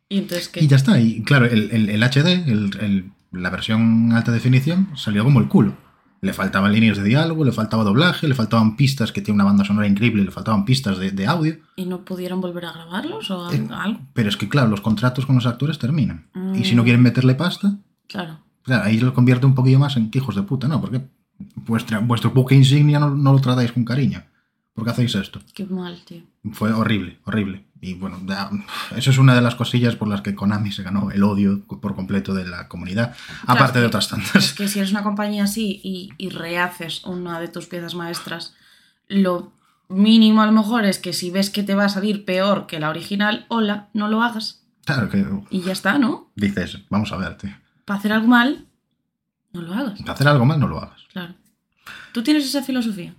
Y entonces, ¿qué?
Y ya está. Y claro, el, el- el HD, el- el- la versión alta definición, salió como el culo. Le faltaban líneas de diálogo, le faltaba doblaje, le faltaban pistas, que tiene una banda sonora increíble, le faltaban pistas de, de audio.
¿Y no pudieron volver a grabarlos o
Eh,
algo?
Pero es que, claro, los contratos con los actores terminan. Y si
Mm.
no quieren meterle pasta,
Claro.
claro, ahí lo convierte un poquillo más en que hijos de puta, ¿no? Porque vuestra, vuestro buque insignia no, no lo tratáis con cariño. ¿Por qué hacéis esto?
Qué mal, tío.
Fue horrible, horrible. Y bueno, da- eso es una de las cosillas por las que Konami se ganó el odio por completo de la comunidad, aparte de otras
Es
tantas.
que si eres una compañía así y, y rehaces una de tus piezas maestras, lo mínimo a lo mejor es que si ves que te va a salir peor que la original, hola, no lo hagas.
Claro que
Y ya está, ¿no?
dices, vamos a ver, tío,
Para hacer algo mal, no lo hagas.
hacer algo mal no lo hagas.
Claro. ¿Tú tienes esa filosofía?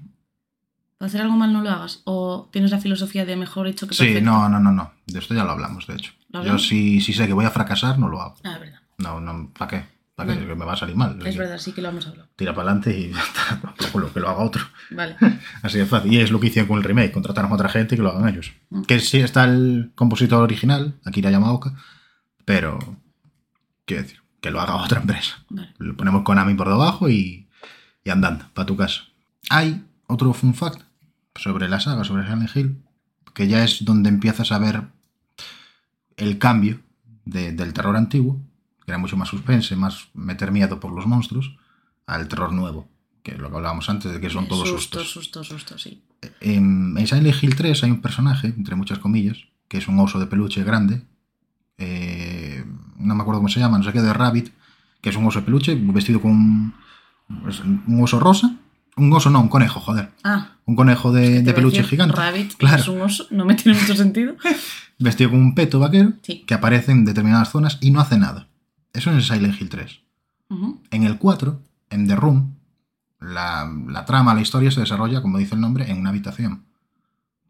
para hacer algo mal no lo hagas. O tienes la filosofía de mejor hecho que perfecto.
Sí, no, no, no, no. De esto ya lo hablamos, de hecho.
¿Lo
Yo
hablamos?
sí, sí sé que voy a fracasar, no lo hago.
Ah, es verdad.
No, no, ¿para qué? ¿Para qué?
No.
Que me va a salir mal.
Es verdad, sí que lo hemos hablado.
Tira para adelante y ya está. Tampoco lo- que lo haga otro.
Vale.
Así de fácil. Y es lo que hicieron con el remake, contrataron a otra gente y que lo hagan ellos. Que sí está el compositor original, Akira Yamaoka, pero quiero decir, que lo haga otra empresa.
Vale.
Lo ponemos Konami por debajo y, y andando, para tu casa. Hay otro fun fact sobre la saga, sobre Silent Hill, que ya es donde empiezas a ver el cambio de- del terror antiguo, que era mucho más suspense, más meter miedo por los monstruos, al terror nuevo, que es lo que hablábamos antes, de que son todos
susto, susto,
sustos.
susto, sí.
En, en Silent Hill 3 hay un personaje, entre muchas comillas, que es un oso de peluche grande. eh, no me acuerdo cómo se llama, no sé qué, de Rabbit, que es un oso de peluche vestido con un, es un oso rosa. Un oso no, un conejo, joder.
Ah.
Un conejo de,
te
de
iba a
peluche
decir,
gigante.
Rabbit,
Claro.
es un oso, no me tiene mucho sentido.
Vestido con un peto vaquero
Sí.
que aparece en determinadas zonas y no hace nada. Eso es en Silent Hill 3.
Ujú.
En el 4, en The Room, la, la trama, la historia se desarrolla, como dice el nombre, en una habitación.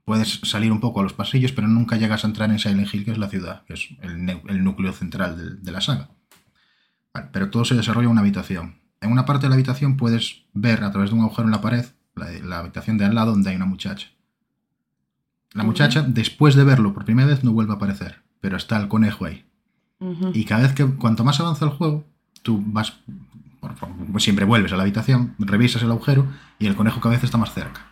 Puedes salir un poco a los pasillos, pero nunca llegas a entrar en Silent Hill, que es la ciudad, que es el, neu- el núcleo central del- de, la saga. Vale, pero todo se desarrolla en una habitación. En una parte de la habitación puedes ver a través de un agujero en la pared la, la habitación de al lado donde hay una muchacha. La
Ujú.
muchacha, después de verlo por primera vez, no vuelve a aparecer, pero está el conejo ahí.
Ujú.
Y cada vez que, cuanto más avanza el juego, tú vas, por- por- siempre vuelves a la habitación, revisas el agujero y el conejo cada vez está más cerca.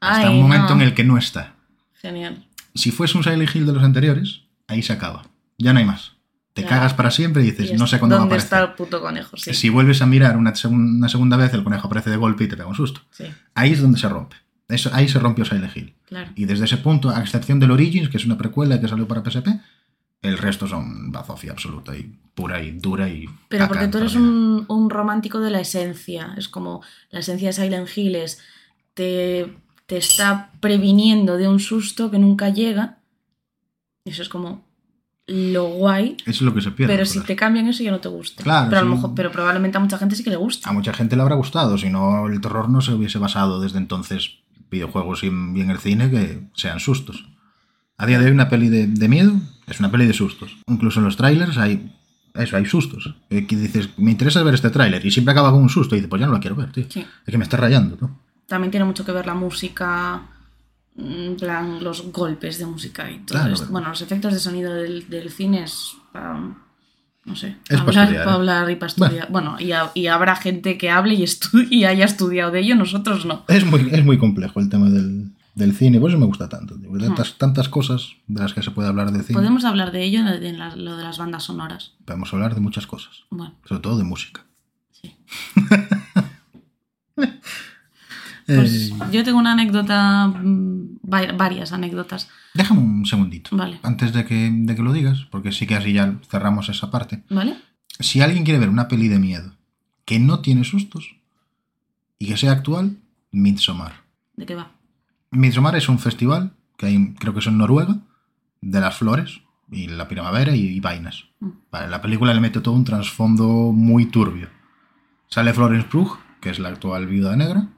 Hasta
Ay,
un momento
no.
en el que no está.
Genial.
Si fuese un Silent Hill de los anteriores, ahí se acaba. Ya no hay más. Te
Ya.
cagas para siempre y
Y
dices,
es-
no sé cuándo va a
¿Dónde
aparecer.
está el puto conejo? Sí.
Si vuelves a mirar una, segun- una segunda vez, el conejo aparece de golpe y te pega un susto.
sí,
Ahí es donde se rompe. Eso, ahí se rompió Silent Hill.
claro.
Y desde ese punto, a excepción del Origins, que es una precuela que salió para PSP, el resto son bazofia absoluta y pura y dura y.
Pero
caca
porque
en
tú eres
realidad.
un, un romántico de la esencia. Es como la esencia de Silent Hill es te, te está previniendo de un susto que nunca llega. Eso es como lo guay.
Eso es lo que se pierde.
Pero
joder.
si te cambian eso ya no te gusta.
pues Claro,
pero, a lo
sí.
mejor, pero probablemente a mucha gente sí que le gusta.
A mucha gente le habrá gustado, si no, el terror no se hubiese basado desde entonces videojuegos y en, y en el cine que sean sustos. A día de hoy, una peli de, de miedo es una peli de sustos. Incluso en los trailers hay. Eso, hay sustos. Eh, Que dices, me interesa ver este tráiler y siempre acaba con un susto. Y dices, pues ya no la quiero ver, tío.
Sí.
Es que me está rayando, ¿no?
También tiene mucho que ver la música, mm, en plan, los golpes de música y todo
Claro,
esto.
pero-
Bueno, los efectos de sonido del, del cine es para, no sé,
Es pa'
hablar,
estudiar,
pa'
¿eh?
hablar y para estudiar. Bueno, y, ha- y habrá gente que hable y, estu- y haya estudiado de ello, nosotros no.
Es muy, es muy complejo el tema del, del cine, por eso me gusta tanto. tío. Tantas, tantas cosas de las que se puede hablar de cine. Podemos,
Hmm. Podemos hablar de ello en la- en la- lo de las bandas sonoras.
hablar de muchas cosas,
Bueno,
sobre todo de música.
Sí.
Eh,
pues yo tengo una anécdota, mm, va- varias anécdotas.
déjame un segundito,
Vale,
antes de que, de que lo digas, porque sí que así ya cerramos esa parte.
¿vale?
Si alguien quiere ver una peli de miedo que no tiene sustos y que sea actual, Midsommar.
¿De qué va?
Midsommar es un festival que hay, creo que es en Noruega, de las flores y la primavera y, y vainas.
Mm.
Vale, la película le mete todo un trasfondo muy turbio. Sale Florence Pugh, que es la actual viuda negra.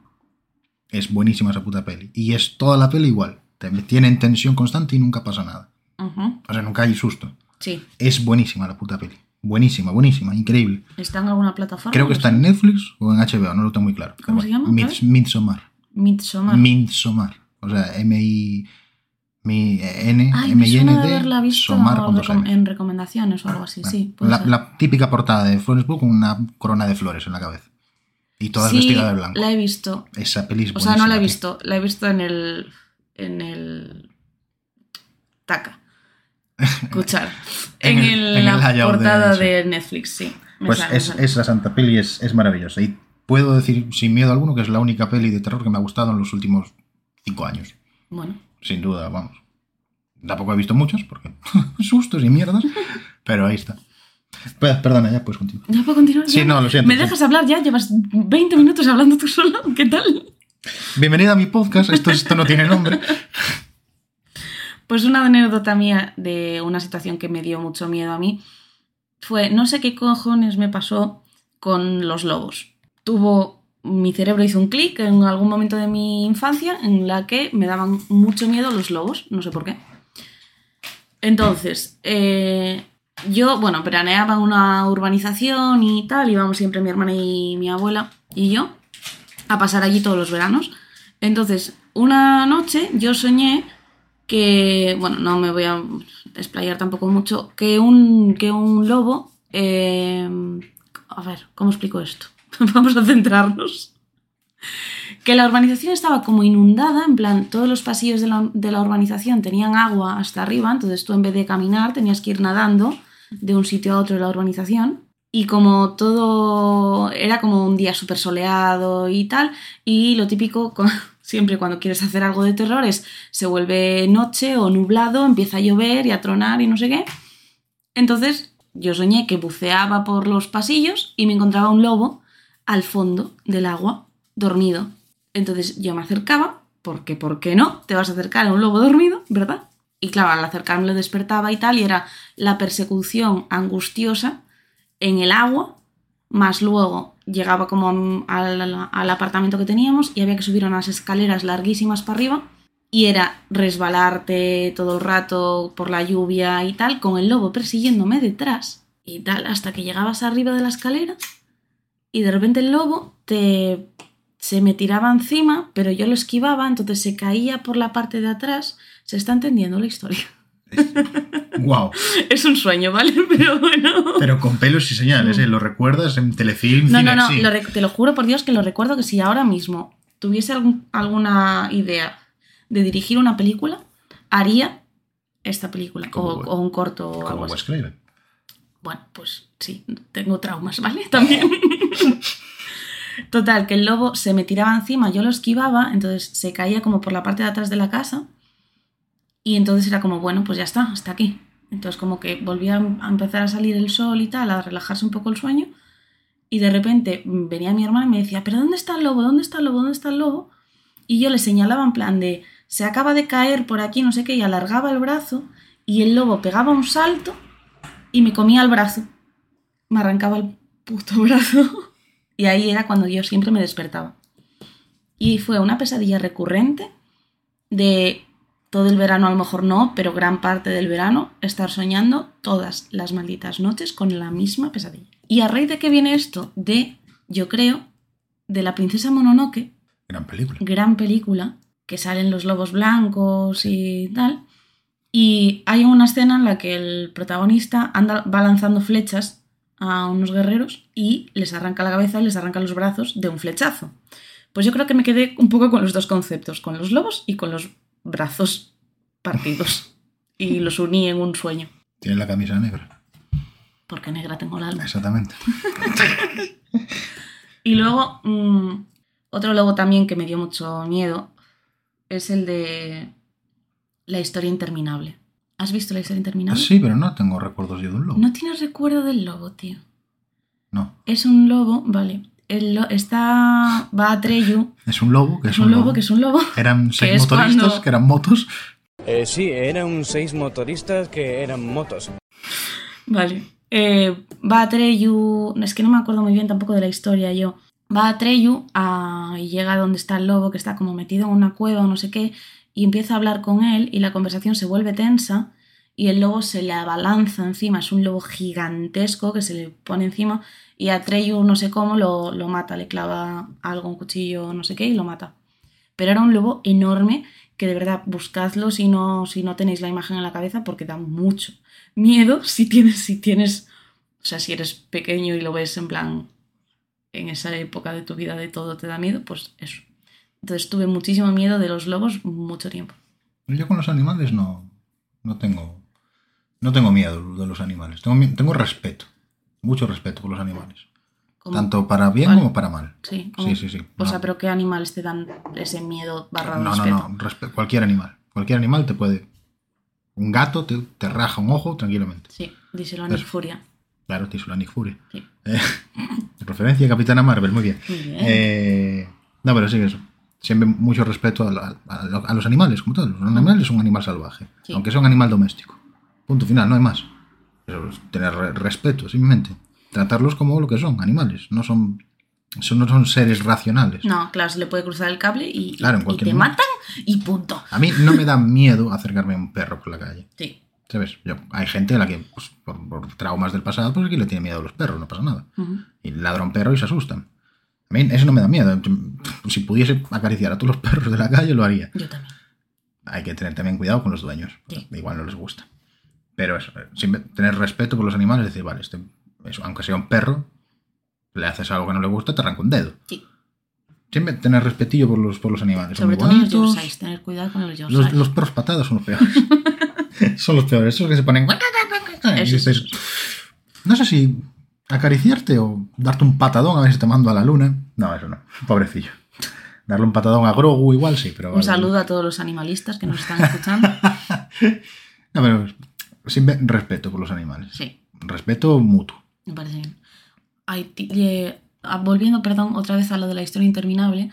Es buenísima esa puta peli. Y es toda la peli igual. Te tiene en tensión constante y nunca pasa nada.
Ujú,
O sea, nunca hay susto.
Sí,
Es buenísima la puta peli. Buenísima, buenísima, increíble.
¿está en alguna plataforma?
Creo que está en Netflix o en HBO, no lo tengo muy claro. Pero
¿Cómo se llama?
Mids-
¿Sabes?
Midsommar.
Midsommar.
Minsomar. O sea, M-I. Mi, N,
Ay, me
M-I-N
suena de
D,
haberla visto
Somar con dos
recom-
M's.
en recomendaciones o algo así, sí. puede
la,
ser.
la típica portada de Florensburg con una corona de flores en la cabeza. Y todas
Sí,
vestidas de blanco.
La he visto.
Esa peli es
O sea, no la he
buenísima,
visto. La he visto en el. En el. Taca. Escuchar.
En
en,
el-
el-
en el
la
layout de-
portada
sí.
de, Netflix, sí.
tío.
Me
Pues
sale, me
es,
sale.
es la santa peli, es, es maravillosa. Y puedo decir sin miedo alguno que es la única peli de terror que me ha gustado en los últimos cinco años.
Bueno,
Sin duda, vamos. Tampoco he visto muchas porque sustos y mierdas, pero ahí está. Pe- Perdona, ya pues puedes continuar.
¿ya puedo continuar?
Sí,
ya?
no, lo siento,
¿Me
sí.
dejas hablar ya? Llevas 20 minutos hablando tú solo. ¿Qué tal?
Bienvenido a mi podcast, esto, esto no tiene nombre.
Pues una anécdota mía de una situación que me dio mucho miedo a mí fue, no sé qué cojones me pasó con los lobos. Tuvo mi cerebro hizo un clic en algún momento de mi infancia en la que me daban mucho miedo los lobos, no sé por qué. Entonces, eh, yo, bueno, veraneaba en una urbanización y tal, íbamos siempre mi hermana y mi abuela y yo a pasar allí todos los veranos. Entonces, una noche yo soñé que, bueno, no me voy a desplayar tampoco mucho, que un, que un lobo... eh, a ver, ¿cómo explico esto? Vamos a centrarnos. Que la urbanización estaba como inundada, en plan, todos los pasillos de la, de la urbanización tenían agua hasta arriba, entonces tú en vez de caminar tenías que ir nadando de un sitio a otro de la urbanización. Y como todo era como un día súper soleado y tal, y lo típico, cu- siempre cuando quieres hacer algo de terror es, se vuelve noche o nublado, empieza a llover y a tronar y no sé qué. Entonces yo soñé que buceaba por los pasillos y me encontraba un lobo al fondo del agua, dormido. Entonces yo me acercaba, porque ¿por qué no? Te vas a acercar a un lobo dormido, ¿verdad? Y claro, al acercarme lo despertaba y tal, y era la persecución angustiosa en el agua, más luego llegaba como a m- al, al- al apartamento que teníamos y había que subir unas escaleras larguísimas para arriba y era resbalarte todo el rato por la lluvia y tal, con el lobo persiguiéndome detrás y tal, hasta que llegabas arriba de la escalera y de repente el lobo te se me tiraba encima, pero yo lo esquivaba, entonces se caía por la parte de atrás. Se está entendiendo la historia.
Wow.
Es un sueño, ¿vale? Pero bueno.
Pero con pelos y señales, ¿eh? ¿Lo recuerdas en telefilm?
No,
cine,
no, no,
sí?
lo rec- te lo juro por Dios que lo recuerdo que si ahora mismo tuviese algún- alguna idea de dirigir una película, haría esta película o,
Como Wes-
o un corto o
Como
algo
Wes
así.
Craven.
Bueno, pues sí, tengo traumas, ¿vale? También. Total, que el lobo se me tiraba encima, yo lo esquivaba, entonces se caía como por la parte de atrás de la casa y entonces era como, bueno, pues ya está, hasta aquí. Entonces como que volvía a empezar a salir el sol y tal, a relajarse un poco el sueño y de repente mm, venía mi hermana y me decía, pero ¿dónde está el lobo? ¿Dónde está el lobo? ¿Dónde está el lobo? Y yo le señalaba en plan de, se acaba de caer por aquí, no sé qué, y alargaba el brazo y el lobo pegaba un salto y me comía el brazo. Me arrancaba el puto brazo. Y ahí era cuando yo siempre me despertaba. Y fue una pesadilla recurrente de todo el verano, a lo mejor no, pero gran parte del verano, estar soñando todas las malditas noches con la misma pesadilla. ¿Y a raíz de qué viene esto? De, yo creo, de la princesa Mononoke,
Gran película.
gran película, que salen los lobos blancos y tal. Y hay una escena en la que el protagonista anda, va lanzando flechas a unos guerreros y les arranca la cabeza y les arranca los brazos de un flechazo. Pues yo creo que me quedé un poco con los dos conceptos, con los lobos y con los brazos partidos. Y los uní en un sueño,
Tiene la camisa negra.
porque negra tengo la alma.
Exactamente.
Y luego, mm, otro lobo también que me dio mucho miedo es el de la historia interminable. ¿Has visto la historia interminable?
Ah, Sí, pero no tengo recuerdos yo de un lobo.
No tienes recuerdo del lobo, tío.
No.
Es un lobo, vale. El lo- está. Va a Treyu.
Es un lobo que
Es un lobo que es un lobo.
Eran seis
es
motoristas
cuando-
que eran motos.
Eh, sí, eran seis motoristas que eran motos.
Vale. Eh, va a Treyu. Es que no me acuerdo muy bien tampoco de la historia yo. Va a Treyu a- y llega donde está el lobo, que está como metido en una cueva o no sé qué, y empieza a hablar con él y la conversación se vuelve tensa y el lobo se le abalanza encima. Es un lobo gigantesco que se le pone encima y a Treyu no sé cómo lo, lo mata, le clava algo, un cuchillo, no sé qué, y lo mata. Pero era un lobo enorme que de verdad buscadlo si no, si no tenéis la imagen en la cabeza porque da mucho miedo si tienes, si tienes, o sea, si eres pequeño y lo ves en plan, en esa época de tu vida de todo te da miedo, pues eso. Entonces tuve muchísimo miedo de los lobos mucho tiempo.
Yo con los animales no, no tengo. No tengo miedo de los animales. Tengo, mi- tengo respeto. Mucho respeto por los animales.
Como-
Tanto para bien
Vale. Pues
como para mal.
Sí, como-
Sí, sí, sí.
O
No.
sea, pero ¿qué animales te dan ese miedo barra
no, no,
respeto?
no, respe- cualquier animal. Cualquier animal te puede. Un gato te, te raja un ojo tranquilamente.
Sí, díselo a Nick
Eso.
Furia.
Claro, te hizo la Nick Fury.
Sí.
Eh, referencia a Capitana Marvel, muy bien.
Muy bien.
Eh, no, pero sí, eso. Siempre mucho respeto a, la- a lo- a los animales, como tal. Un animal es un animal salvaje,
Sí.
aunque sea un animal doméstico. Punto final, no hay más. Pero es tener re- respeto, simplemente. Tratarlos como lo que son, animales. No son Eso no son seres racionales.
No, claro, se le puede cruzar el cable y, y-
Claro, en
y
cualquier
te
momento.
matan y punto.
A mí no me da miedo acercarme a un perro por la calle.
Sí.
¿Sabes? Yo- hay gente a la que, pues, por, por traumas del pasado, pues aquí le tiene miedo a los perros, no pasa nada.
Ujú.
Y ladra un perro y se asustan. A mí eso no me da miedo. Si pudiese acariciar a todos los perros de la calle, lo haría.
Yo también.
Hay que tener también cuidado con los dueños.
Sí.
Igual no les gusta. Pero eso, eh, siempre tener respeto por los animales, decir, vale, este, eso, aunque sea un perro, le haces algo que no le gusta, te arranca un dedo.
Sí.
Siempre tener respetillo por los, por los animales.
Sobre
son
todo
muy
los
bonitos.
Yorkshires, tener cuidado con los
Los,
Yorkshires.
los perros patadas son los peores. son los peores. Esos que se ponen. y
Eso
dices, no sé si acariciarte o darte un patadón a ver si te mando a la luna. No, eso no. Pobrecillo. Darle un patadón a Grogu igual sí, pero.
Un saludo a todos los animalistas que nos están escuchando.
No, pero siempre respeto por los animales.
Sí,
Respeto mutuo.
me parece bien. Ay, ti- eh, ah, volviendo, perdón, otra vez a lo de la historia interminable.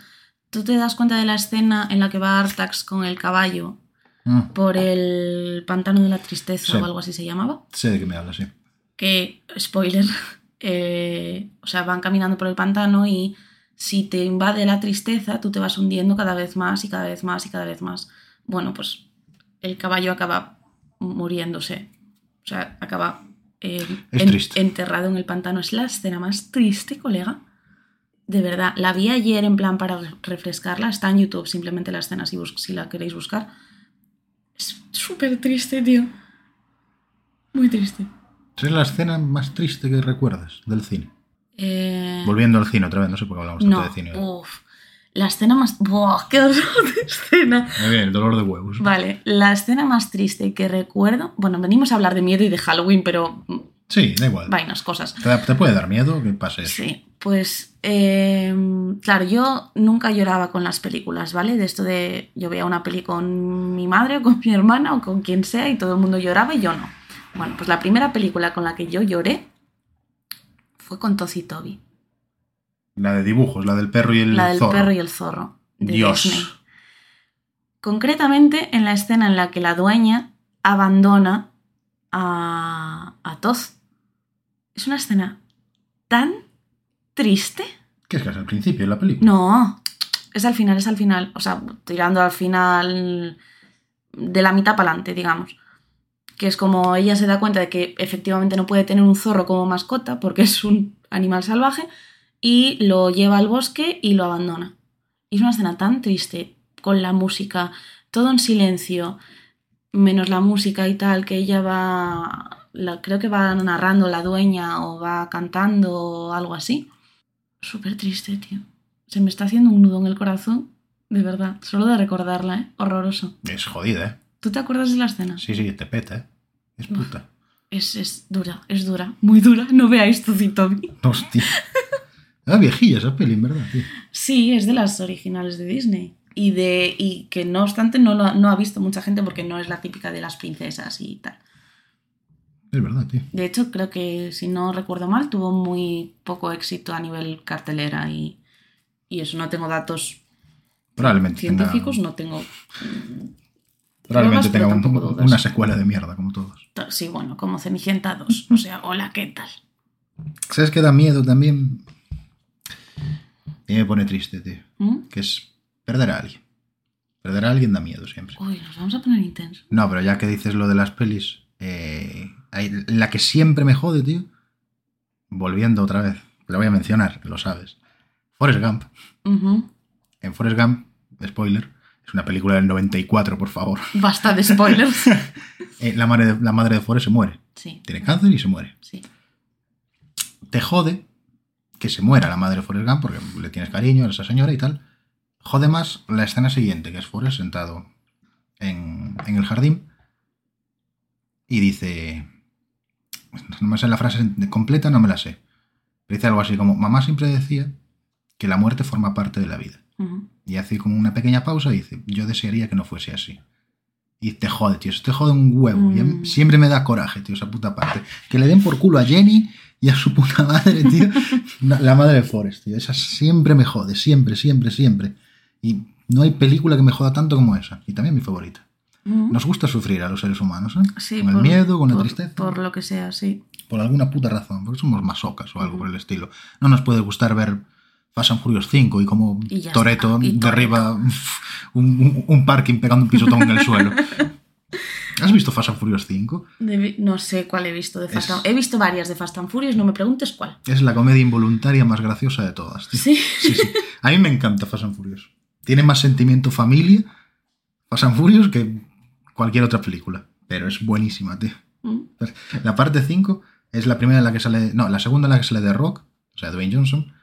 ¿Tú te das cuenta de la escena en la que va Artax con el caballo
Mm,
por el pantano de la tristeza
Sí.
o algo así se llamaba?
sé de qué me hablas, sí.
Que, spoiler, eh, o sea, van caminando por el pantano y si te invade la tristeza, tú te vas hundiendo cada vez más y cada vez más y cada vez más. Bueno, pues el caballo acaba muriéndose. O sea, acaba eh,
Es
en-
triste.
enterrado en el pantano. Es la escena más triste, colega. De verdad, la vi ayer en plan para re- refrescarla. Está en YouTube, simplemente la escena si, bus- si la queréis buscar. Es súper triste, tío. Muy triste.
Esa es la escena más triste que recuerdas del cine.
Eh,
Volviendo al cine otra vez, no sé por qué hablamos tanto
no, Uh.
de cine. hoy.
uf. La escena más... ¡Buah, qué horror de escena!
Muy bien, el dolor de huevos.
Vale, la escena más triste que recuerdo... Bueno, venimos a hablar de miedo y de Halloween, pero... mm,
Sí, da igual.
Vainas, cosas.
Te, te puede dar miedo que pase eso.
Sí, pues... eh, claro, yo nunca lloraba con las películas, ¿vale? De esto de... Yo veía una peli con mi madre o con mi hermana o con quien sea y todo el mundo lloraba y yo no. Bueno, pues la primera película con la que yo lloré fue con Toz y Toby.
La de dibujos, la del perro y el
la del
zorro.
perro y el zorro. de
Dios.
Disney. Concretamente en la escena en la que la dueña abandona a, a Toz. Es una escena tan triste.
¿Qué es que es al principio de la película?
No, es al final, es al final. O sea, tirando al final de la mitad para adelante, digamos. Que es como ella se da cuenta de que efectivamente no puede tener un zorro como mascota porque es un animal salvaje y lo lleva al bosque y lo abandona. Y es una escena tan triste, con la música, todo en silencio, menos la música y tal, que ella va, la- creo que va narrando la dueña o va cantando o algo así. Súper triste, tío. Se me está haciendo un nudo en el corazón, de verdad, solo de recordarla, ¿eh? Horroroso.
Es jodida, ¿eh?
¿Tú te acuerdas de la escena?
Sí, sí, te peta, ¿eh? Es puta.
Es, es dura, es dura, muy dura. No veáis Tuzi Toby.
Hostia. Ah, viejilla esa peli, en verdad, tío.
Sí, es de las originales de Disney. Y, de, y que no obstante no, lo ha- no ha visto mucha gente porque no es la típica de las princesas y tal.
Es verdad, tío.
De hecho, creo que, si no recuerdo mal, tuvo muy poco éxito a nivel cartelera y, y eso. No tengo datos
Probablemente tenga,
científicos, no tengo...
probablemente
pruebas,
tenga
pero
un-
tampoco dudas.
una secuela de mierda, como todos.
ta- Sí, bueno, como Cenicienta 2. O sea, hola, ¿qué tal?
¿Sabes qué da miedo también? Y me pone triste, tío.
¿Mm?
Que es perder a alguien. Perder a alguien da miedo siempre.
Uy, nos vamos a poner intensos.
No, pero ya que dices lo de las pelis, eh, hay- la que siempre me jode, tío, volviendo otra vez, la voy a mencionar, lo sabes. Forrest Gump.
Ujú.
En Forrest Gump, spoiler, es una película del 94, por favor.
Basta de spoilers.
Eh, la, madre de, la madre de Forrest se muere.
Sí,
Tiene cáncer y se muere.
sí.
Te jode que se muera la madre de Forrest Gump porque le tienes cariño a esa señora y tal. Jode más la escena siguiente, que es Forrest sentado en, en el jardín y dice... No me sé la frase completa, no me la sé. Pero dice algo así como, mamá siempre decía que la muerte forma parte de la vida.
Ujú.
Y hace como una pequeña pausa y dice, yo desearía que no fuese así. Y te jode, tío, eso te jode un huevo. Y a mí
Mm.
siempre me da coraje, tío, esa puta parte. Que le den por culo a Jenny y a su puta madre, tío. No, la madre de Forrest, tío. Esa siempre me jode, siempre, siempre, siempre. Y no hay película que me joda tanto como esa. Y también mi favorita.
Ujú.
Nos gusta sufrir a los seres humanos, ¿eh?
¿Mm? Sí,
con el
por-
miedo, con la
por-
tristeza.
Por lo que sea, sí.
por alguna puta razón, porque somos masocas o algo por el estilo. No nos puede gustar ver Fast and Furious 5 y como
Y ya
Toreto
está, y Toretto.
derriba un, un- un parking pegando un pisotón en el suelo. ¿Has visto Fast and Furious 5?
De- no sé cuál he visto de Fast
Es-
and- He visto varias de Fast and Furious, no me preguntes cuál.
Es la comedia involuntaria más graciosa de todas. tío.
Sí.
Sí, sí. A mí me encanta Fast and Furious. Tiene más sentimiento familia Fast and Furious que cualquier otra película. Pero es buenísima, tío.
Mm.
La parte 5 es la primera en la que sale. No, la segunda en la que sale de Rock, o sea, Dwayne Johnson.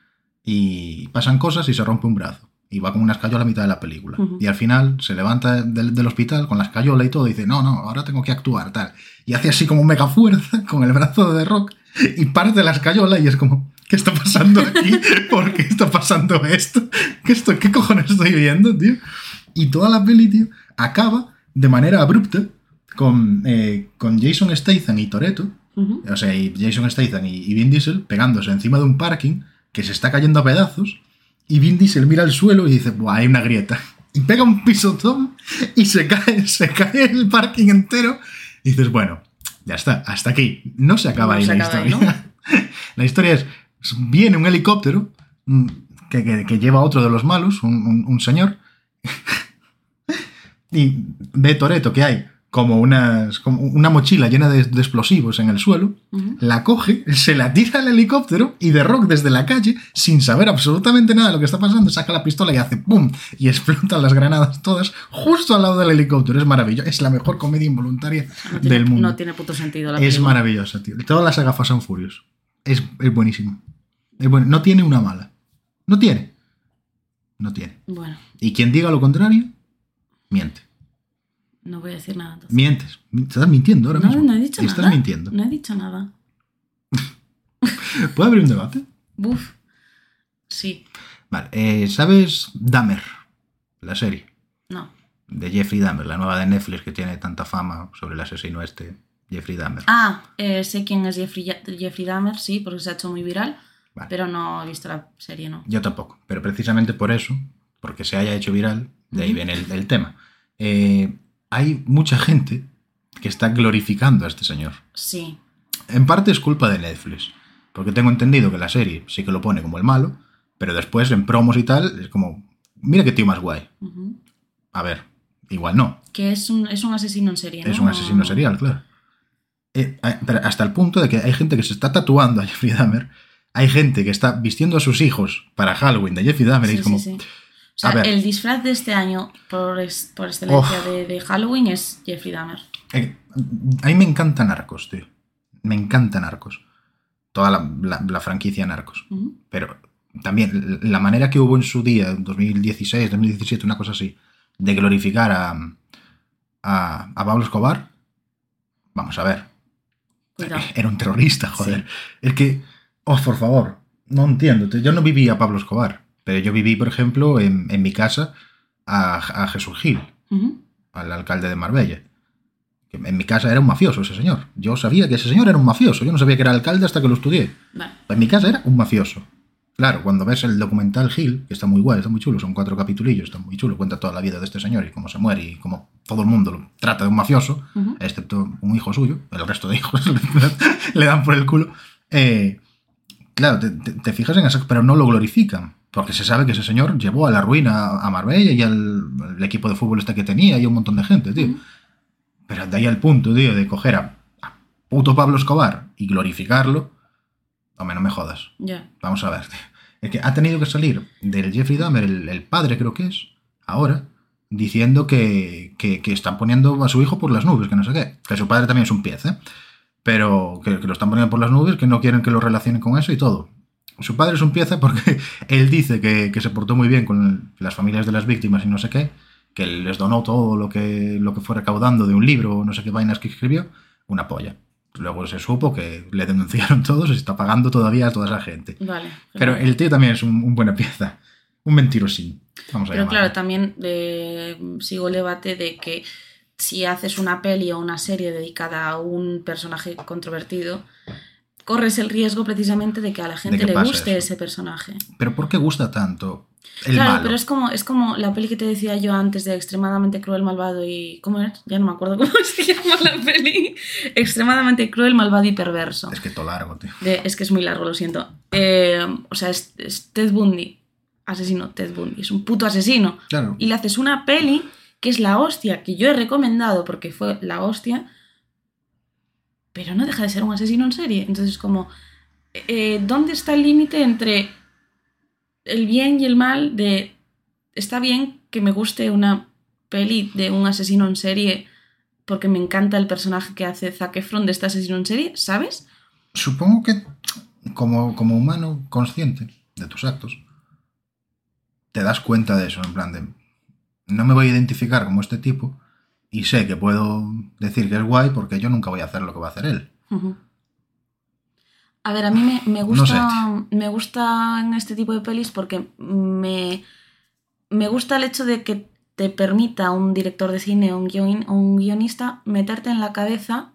Y pasan cosas y se rompe un brazo. Y va con una escayola a mitad de la película.
Ujú.
Y al final se levanta del, del hospital con la escayola y todo. Y dice, no, no, ahora tengo que actuar, tal. Y hace así como mega fuerza con el brazo de The Rock. Y parte la escayola y es como, ¿qué está pasando aquí? ¿Por qué está pasando esto? ¿Qué, esto, qué cojones estoy viendo, tío? Y toda la peli, tío, acaba de manera abrupta con, eh, con Jason Statham y Toreto,
Ujú.
o sea, y Jason Statham y, y Vin Diesel pegándose encima de un parking que se está cayendo a pedazos. Y Vin Diesel mira al suelo y dice: Buah, hay una grieta. Y pega un pisotón y se cae, se cae el parking entero. Y dices: Bueno, ya está, hasta aquí. No se acaba
No
ahí
se
la
acaba ahí,
historia. La historia es: viene un helicóptero mm, que, que- que lleva a otro de los malos, un- un- un señor, y ve Toreto que hay como, unas, como una mochila llena de, de explosivos en el suelo,
Ujú.
la coge, se la tira al helicóptero y de Rock desde la calle, sin saber absolutamente nada de lo que está pasando, saca la pistola y hace ¡pum! y explotan las granadas todas justo al lado del helicóptero. Es maravilloso, es la mejor comedia involuntaria
No tiene,
del mundo.
no tiene puto sentido la
es
película.
maravillosa, tío. Todas las agafas son furios. Es, es buenísimo. Es bueno. No tiene una mala. No tiene. No tiene.
Bueno,
Y quien diga lo contrario, miente.
no voy a decir nada entonces.
Mientes. Estás mintiendo ahora
No,
mismo.
no he dicho
Estás
nada.
mintiendo.
No he dicho nada.
¿Puede haber un debate?
Buf. Sí,
Vale. eh, ¿Sabes Dahmer? La serie
no.
de Jeffrey Dahmer, la nueva de Netflix que tiene tanta fama sobre el asesino este, Jeffrey Dahmer.
Ah, eh, sé quién es Jeffrey, Jeffrey Dahmer, sí, porque se ha hecho muy viral,
Vale.
pero no he visto la serie, no.
Yo tampoco. Pero precisamente por eso, porque se haya hecho viral, de ahí
Ujú.
viene el, el tema. Eh, hay mucha gente que está glorificando a este señor.
Sí.
En parte es culpa de Netflix, porque tengo entendido que la serie sí que lo pone como el malo, pero después en promos y tal es como, mira qué tío más guay.
Ujú.
A ver, igual no,
Que es un, es un asesino en serie, ¿no?
es un asesino serial, claro. Eh, eh, pero hasta el punto de que hay gente que se está tatuando a Jeffrey Dahmer, hay gente que está vistiendo a sus hijos para Halloween de Jeffrey Dahmer
Sí,
y es como,
sí, sí. O sea,
A ver.
el disfraz de este año, por, es- por excelencia
Uf.
de, de Halloween, es Jeffrey Dahmer.
Eh, a mí me encanta Narcos, tío. Me encanta Narcos. Toda la, la- la franquicia Narcos.
Ujú.
Pero también la manera que hubo en su día, en 2016, 2017, una cosa así, de glorificar a, a, a Pablo Escobar. Vamos a ver.
Cuidado.
Eh, Era un terrorista, joder. Es que, oh, por favor, no entiendo. tío. Yo no viví a Pablo Escobar, pero yo viví, por ejemplo, en, en mi casa a, a Jesús Gil
Ujú.
al alcalde de Marbella. Que en mi casa era un mafioso ese señor. Yo sabía que ese señor era un mafioso. Yo no sabía que era alcalde hasta que lo estudié.
Vale.
En mi casa era un mafioso. Claro, cuando ves el documental Hill, que está muy guay, está muy chulo, son cuatro capitulillos, está muy chulo, cuenta toda la vida de este señor y cómo se muere y cómo todo el mundo lo trata de un mafioso,
Ujú.
excepto un hijo suyo, el resto de hijos le, le dan por el culo. Eh, claro, te, te- te fijas en eso, pero no lo glorifican, porque se sabe que ese señor llevó a la ruina a Marbella y al al equipo de fútbol este que tenía y a un montón de gente, tío.
Ujú.
Pero de ahí al punto, tío, de coger a, a puto Pablo Escobar y glorificarlo, hombre, no me jodas
Ya.
vamos a ver. Es que ha tenido que salir del Jeffrey Dahmer, el, el padre creo que es, ahora, diciendo que, que- que están poniendo a su hijo por las nubes, que no sé qué. Que su padre también es un pieza, pero que, que lo están poniendo por las nubes, que no quieren que lo relacionen con eso y todo. Su padre es un pieza porque él dice que, que se portó muy bien con las familias de las víctimas y no sé qué, que les donó todo lo que, lo que fue recaudando de un libro o no sé qué vainas que escribió, una polla. Luego se supo que le denunciaron todos y se está pagando todavía a toda esa gente.
Vale.
Pero el tío también es un, un buena pieza. Un mentirosín. Vamos a
Pero
llamarlo.
claro, también eh, sigo el debate de que si haces una peli o una serie dedicada a un personaje controvertido, corres el riesgo precisamente de que a la gente
que
le
pase
guste
eso.
ese personaje.
Pero ¿por qué gusta tanto el
claro,
malo?
pero es como, es como la peli que te decía yo antes de Extremadamente Cruel, Malvado y... ¿Cómo es? Ya no me acuerdo cómo se llama la peli. Extremadamente Cruel, Malvado y Perverso.
Es que todo largo, tío.
De- es que es muy largo, lo siento. Eh, o sea, es, es Ted Bundy. asesino Ted Bundy, es un puto asesino.
Claro.
Y le haces una peli que es la hostia, que yo he recomendado porque fue la hostia, pero no deja de ser un asesino en serie. Entonces, como, eh, ¿dónde está el límite entre el bien y el mal de... Está bien que me guste una peli de un asesino en serie porque me encanta el personaje que hace Zac Efron de este asesino en serie, ¿sabes?
Supongo que como, como humano consciente de tus actos, te das cuenta de eso, en plan de... No me voy a identificar como este tipo y sé que puedo decir que es guay porque yo nunca voy a hacer lo que va a hacer él.
Ujú. A ver, a mí me, me
No sé,
gusta, me gustan este tipo de pelis porque me, me gusta el hecho de que te permita un director de cine o un, guion- o un guionista meterte en la cabeza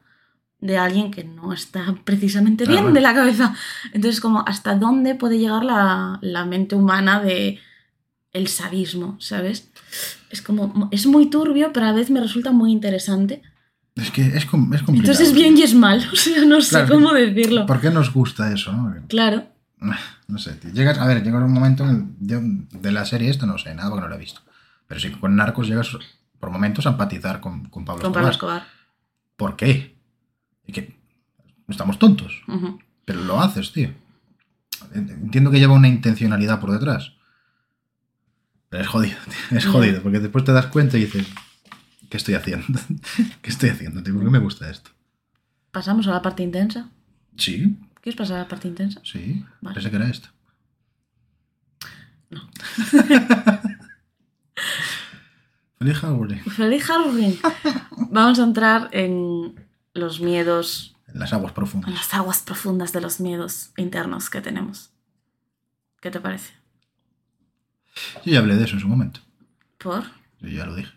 de alguien que no está precisamente
Ah,
bien
bueno.
de la cabeza. Entonces, como hasta dónde puede llegar la, la mente humana de el sadismo, ¿sabes? Es como, es muy turbio, pero a la vez me resulta muy interesante.
Es que es, com- es complicado.
Entonces es bien y es mal, o sea, no sé
Claro.
cómo decirlo.
¿Por qué nos gusta eso? no?
Claro.
No sé, tío. Llegas, a ver, llega un momento en el- de, de la serie esta, no sé, nada porque no lo he visto. Pero sí que con Narcos llegas por momentos a empatizar con, con Pablo
Con Pablo
Escobar.
Escobar.
¿Por qué? Y que estamos tontos,
Ujú.
pero lo haces, tío. En- Entiendo que lleva una intencionalidad por detrás. Pero es jodido, tío, es
Ya.
jodido, porque después te das cuenta y dices, ¿qué estoy haciendo? ¿Qué estoy haciendo, tío? ¿Por qué me gusta esto?
Pasamos a la parte intensa.
Sí,
¿Quieres pasar a la parte intensa?
sí,
Vale.
pensé que era esto.
No.
Feliz Halloween.
Feliz Halloween. Vamos a entrar en los miedos,
En las aguas
en
profundas.
las aguas profundas de los miedos internos que tenemos. ¿Qué te parece?
Yo ya hablé de eso en su momento.
¿Por?
Yo ya lo dije.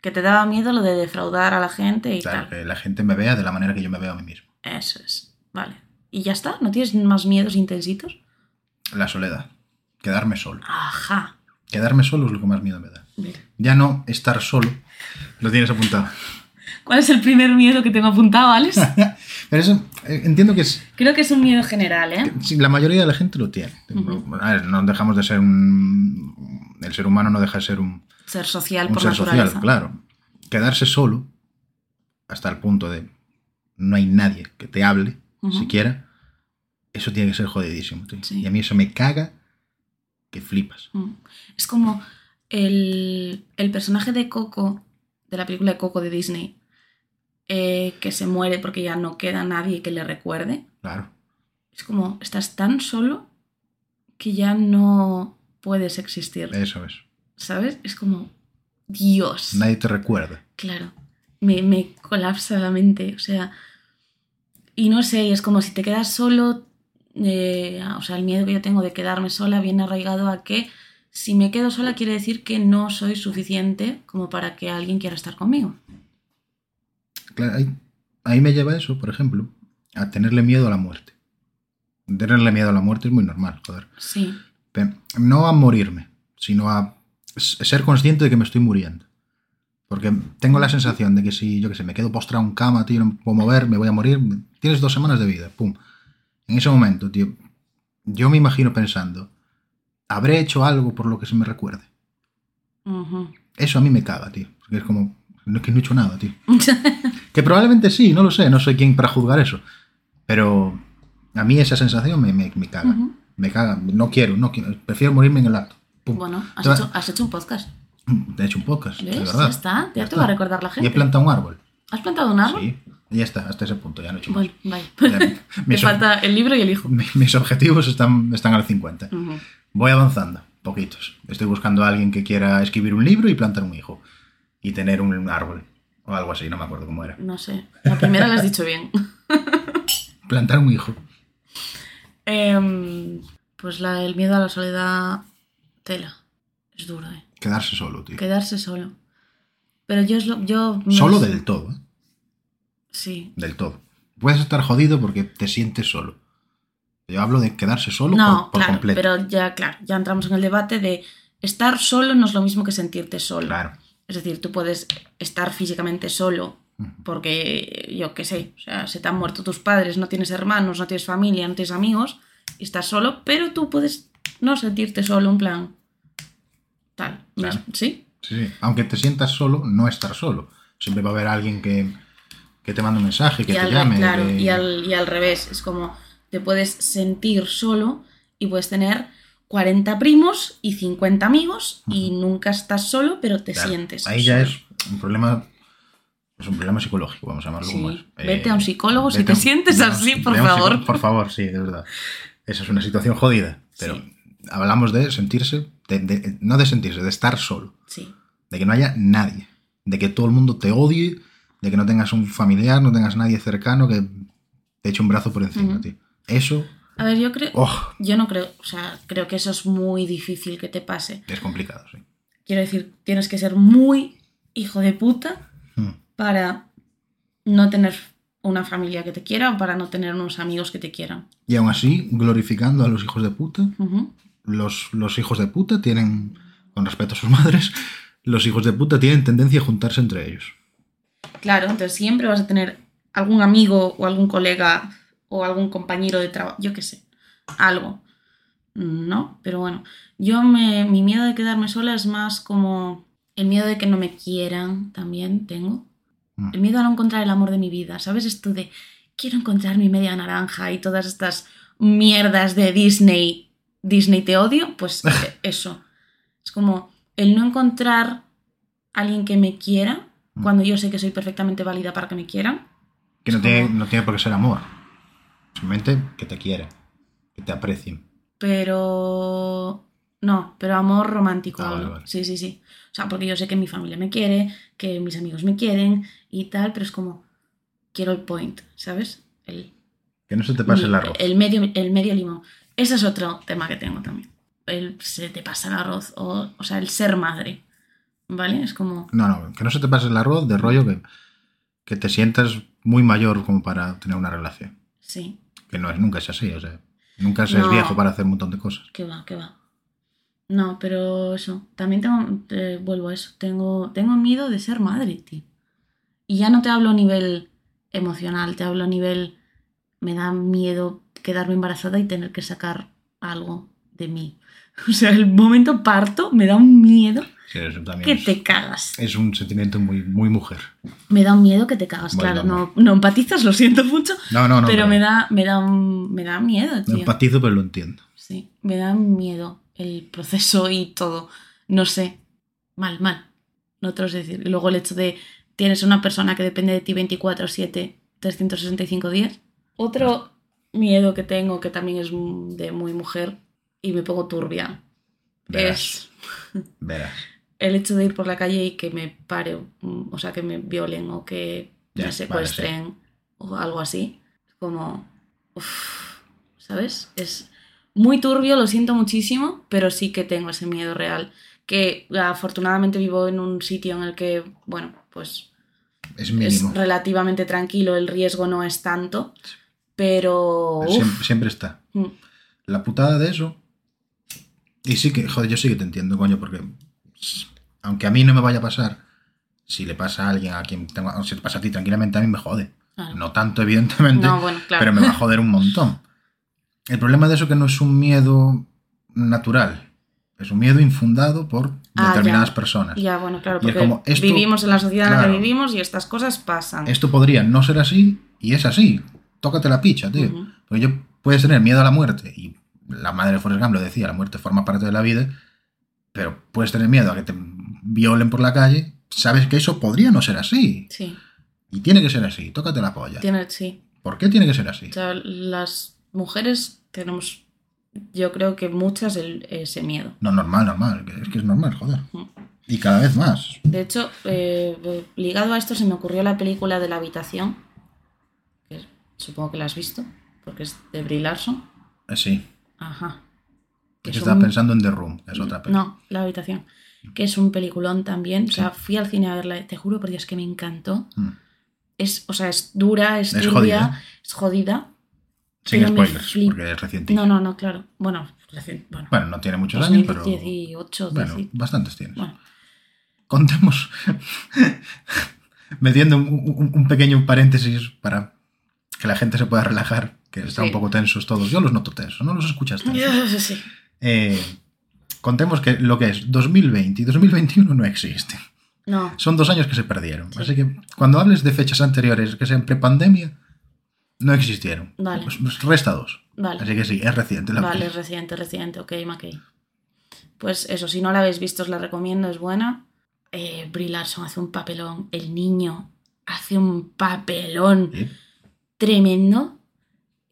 Que te daba miedo lo de defraudar a la gente y tal.
Claro, que la gente me vea de la manera que yo me veo a mí mismo.
Eso es. Vale. ¿Y ya está? ¿No tienes más miedos intensitos?
La soledad. Quedarme solo.
Ajá.
Quedarme solo es lo que más miedo me da.
Mira.
Ya no estar solo. Lo tienes apuntado.
¿Cuál es el primer miedo que tengo apuntado, Alex?
Pero eso eh, entiendo que es,
Creo que es un miedo general, ¿eh?
sí, la mayoría de la gente lo tiene.
Ujú.
A ver, no dejamos de ser un... El ser humano no deja de ser un,
Ser social
un
por
ser
naturaleza.
social, claro. Quedarse solo hasta el punto de no hay nadie que te hable
Ujú.
siquiera, eso tiene que ser jodidísimo. tío.
Sí.
Y a mí eso me caga que flipas.
Mm. Es como el, el personaje de Coco, de la película de Coco de Disney, eh, que se muere porque ya no queda nadie que le recuerde.
Claro.
Es como, estás tan solo que ya no puedes existir.
Eso es.
¿Sabes? Es como, Dios.
Nadie te recuerda.
Claro. Me, me colapsa la mente. O sea. Y no sé, y es como si te quedas solo. eh, o sea, el miedo que yo tengo de quedarme sola viene arraigado a que si me quedo sola quiere decir que no soy suficiente como para que alguien quiera estar conmigo.
Claro, ahí, ahí me lleva eso, por ejemplo, a tenerle miedo a la muerte. Tenerle miedo a la muerte es muy normal, joder.
Sí.
Pe- No a morirme, sino a s- ser consciente de que me estoy muriendo. Porque tengo la sensación de que si, yo que sé, me quedo postrado en cama, tío, no me puedo mover, me voy a morir, tienes dos semanas de vida, pum. En ese momento, tío, yo me imagino pensando, habré hecho algo por lo que se me recuerde.
Ujú.
Eso a mí me caga, tío. Porque es como, no, es que no he hecho nada, tío. Que probablemente sí, no lo sé, no soy quien para juzgar eso. Pero a mí esa sensación me, me, me caga.
Ujú.
Me caga, no quiero, no quiero. Prefiero morirme en el acto. Pum.
Bueno, has
Te va-
hecho, has hecho un podcast.
Te he hecho un podcast,
¿Ves?
de verdad.
Ya está. Ya, te va a
está.
recordar la
Y he
gente.
plantado un árbol.
¿Has plantado un árbol?
Sí. Y ya está, hasta ese punto, ya no he hecho más.
Bueno, vaya.
Ya,
Te
mis, ob-
falta el libro y el hijo.
mi- mis objetivos están, están al 50.
Ujú.
Voy avanzando, poquitos. Estoy buscando a alguien que quiera escribir un libro y plantar un hijo. Y tener un, un árbol. O algo así, no me acuerdo cómo era.
No sé. La primera la has dicho bien.
Plantar un hijo.
Em, pues la, el miedo a la soledad tela. Es duro, ¿eh?
Quedarse solo, tío.
Quedarse solo. Pero yo es lo. Yo no
Solo
sé.
del todo, ¿eh?
Sí.
Del todo. Puedes estar jodido porque te sientes solo. Yo hablo de quedarse solo
No,
por, por
claro,
completo.
pero ya, claro, ya entramos en el debate de estar solo no es lo mismo que sentirte solo.
Claro.
Es decir, tú puedes estar físicamente solo porque, yo qué sé, o sea, se te han muerto tus padres, no tienes hermanos, no tienes familia, no tienes amigos, y estás solo, pero tú puedes no sentirte solo, en plan. Tal.
Claro.
¿Sí?
Sí, sí. Aunque te sientas solo, no estar solo. Siempre va a haber alguien que, que te mande un mensaje, que
y
te
al,
llame.
claro,
que-
y, al, y al revés, es como te puedes sentir solo y puedes tener 40 primos y 50 amigos y nunca estás solo, pero te
Claro,
sientes.
Ahí ya
solo.
es un problema. Es un problema psicológico, vamos a llamarlo
Sí.
como es. Eh,
Vete a un psicólogo si
vete
te
a un-
sientes
vete a un-
así,
vete
por
a un psicó-
favor.
Por favor, sí, de verdad. Esa es una situación jodida. Pero
Sí.
hablamos de sentirse, de- de- no de sentirse, de estar solo.
Sí.
de que no haya nadie, de que todo el mundo te odie, de que no tengas un familiar, no tengas nadie cercano que te eche un brazo por encima
Ujú.
de ti. Eso,
A ver, yo creo.
oh,
Yo no creo, o sea, creo que eso es muy difícil que te pase.
es complicado, sí.
Quiero decir, tienes que ser muy hijo de puta
Mm,
para no tener una familia que te quiera o para no tener unos amigos que te quieran.
Y aún así, glorificando a los hijos de puta,
Ujú.
los, los hijos de puta tienen, con respeto a sus madres, los hijos de puta tienen tendencia a juntarse entre ellos.
Claro, entonces siempre vas a tener algún amigo o algún colega o algún compañero de trabajo, yo qué sé, algo. No, pero bueno, yo me, mi miedo de quedarme sola es más como el miedo de que no me quieran, también tengo.
Mm.
El miedo a no encontrar el amor de mi vida, ¿sabes? Esto de quiero encontrar mi media naranja y todas estas mierdas de Disney, Disney te odio, pues eh, eso. Es como el no encontrar alguien que me quiera
Mm.
cuando yo sé que soy perfectamente válida para que me quieran.
Que no
Es
tiene,
como-
no tiene por qué ser amor. Simplemente que te quieran, que te aprecien.
pero no, pero amor romántico.
Ah, vale,
hablo.
vale.
Sí, sí, sí. O sea, porque yo sé que mi familia me quiere, que mis amigos me quieren y tal, pero es como quiero el point, ¿sabes? El,
Que no se te pase el arroz.
el medio, el medio limón. Ese es otro tema que tengo también. El se te pasa el arroz, o, o sea, el ser madre. ¿Vale? Es como.
No, no, que no se te pase el arroz de rollo que, que te sientas muy mayor como para tener una relación.
Sí,
Que no es, nunca es así, o sea, nunca se es
No.
viejo para hacer un montón de cosas.
que va, que va. No, pero eso. También tengo. eh, vuelvo a eso. Tengo, tengo miedo de ser madre, tío. Y ya no te hablo a nivel emocional, te hablo a nivel. Me da miedo quedarme embarazada y tener que sacar algo de mí. O sea, el momento parto me da un miedo
Sí, eso también
que
es,
te cagas.
es un sentimiento muy, muy mujer.
Me da un miedo que te cagas,
Bueno,
claro. No, no empatizas, lo siento mucho.
No, no, no.
pero me da, me da un- me da miedo,
Me
tío.
empatizo, pero lo entiendo.
Sí, me da miedo el proceso y todo. No sé. Mal, mal. No te lo sé decir. Y luego el hecho de tienes una persona que depende de ti 24-7, 365 días. Otro miedo que tengo, que también es m- de muy mujer y me pongo turbia,
Verás,
es
verás.
el hecho de ir por la calle y que me pare, mm, o sea, que me violen o que me
Ya, vale, sí.
secuestren o algo así. Como, uf, ¿sabes? Es muy turbio, lo siento muchísimo, pero sí que tengo ese miedo real. Que afortunadamente vivo en un sitio en el que, bueno, pues
Es mínimo.
es relativamente tranquilo, el riesgo no es tanto, pero...
Siem-
uf,
Siempre, está.
mm,
La putada de eso. Y sí que, joder, yo sí que te entiendo, coño, porque aunque a mí no me vaya a pasar, si le pasa a alguien a quien tengo, o si te pasa a ti tranquilamente, a mí me jode.
claro.
No tanto, evidentemente,
No, bueno, claro.
pero me va a joder un montón. El problema de eso que no es un miedo natural, es un miedo infundado por
Ah,
determinadas
ya.
personas.
Ya, bueno, claro,
Y es
porque
como, esto-
vivimos en la sociedad en la
claro.
que vivimos y estas cosas pasan.
Esto podría no ser así y es así. Tócate la picha, tío.
Ujú.
Porque yo puedes tener miedo a la muerte y la madre de Forrest Gump lo decía, la muerte forma parte de la vida, pero puedes tener miedo a que te violen por la calle, sabes que eso podría no ser así
Sí,
y tiene que ser así. Tócate la polla.
tiene, sí.
¿Por qué tiene que ser así?
O sea, las mujeres tenemos, yo creo que muchas, el- ese miedo.
No, normal, normal. que- Es que es normal, joder.
Mm.
Y cada vez más.
De hecho, eh, ligado a esto se me ocurrió la película de la habitación, que supongo que la has visto, porque es de Brie Larson.
Eh, Sí.
Ajá.
Yo
Que es
Pues estaba
un-
pensando en The Room, es otra película.
No, La habitación, que es un peliculón también. O sea, fui al cine a verla, te juro por Dios que me encantó.
Mm.
Es, o sea, es dura, es,
Es
turbia,
jodida.
es jodida.
Sin
pero me
spoilers,
flip-
porque es reciente.
No, no, no, claro. Bueno, recién, bueno,
Bueno, no tiene muchos años, pero.
2018,
Bueno,
17.
bastantes tienes.
Bueno,
Contemos. metiendo un, un- un pequeño paréntesis para que la gente se pueda relajar, que está
Sí.
un poco tensos todos. Yo los noto tensos, no los escuchas tensos.
sí.
Eh, contemos que lo que es 2020 y 2021 no existen.
No.
Son dos años que se perdieron. Así que cuando hables de fechas anteriores que sean prepandemia, no existieron.
Vale.
Pues- pues resta dos.
Vale.
Así que sí, es reciente la
Vale, es
peli.
reciente, reciente, ok, Mackey. Pues eso, si no la habéis visto, os la recomiendo, es buena. Eh, Brie Larson hace un papelón, el niño hace un papelón
Sí.
tremendo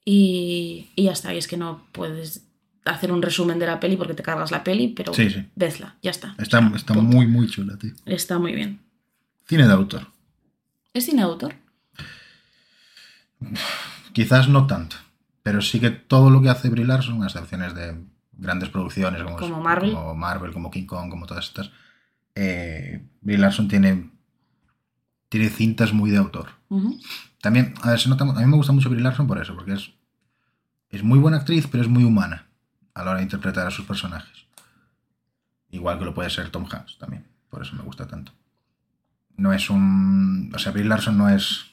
y, y ya está, y es que no puedes hacer un resumen de la peli porque te cargas la peli, pero
Sí, sí.
vedla, ya está.
Está, está
Punto.
muy, muy chula, tío.
Está muy bien.
Cine de autor.
¿Es cine de autor?
Quizás no tanto, pero sí que todo lo que hace Brie Larson, a excepciones de grandes producciones como,
Como Marvel.
como Marvel, como King Kong, como todas estas, eh, Brie Larson tiene, tiene cintas muy de autor.
Ujú.
También, a ver, se nota- a mí me gusta mucho Brie Larson por eso, porque es, es muy buena actriz, pero es muy humana a la hora de interpretar a sus personajes. Igual que lo puede ser Tom Hanks también, por eso me gusta tanto. No es un... O sea, Brie Larson no es...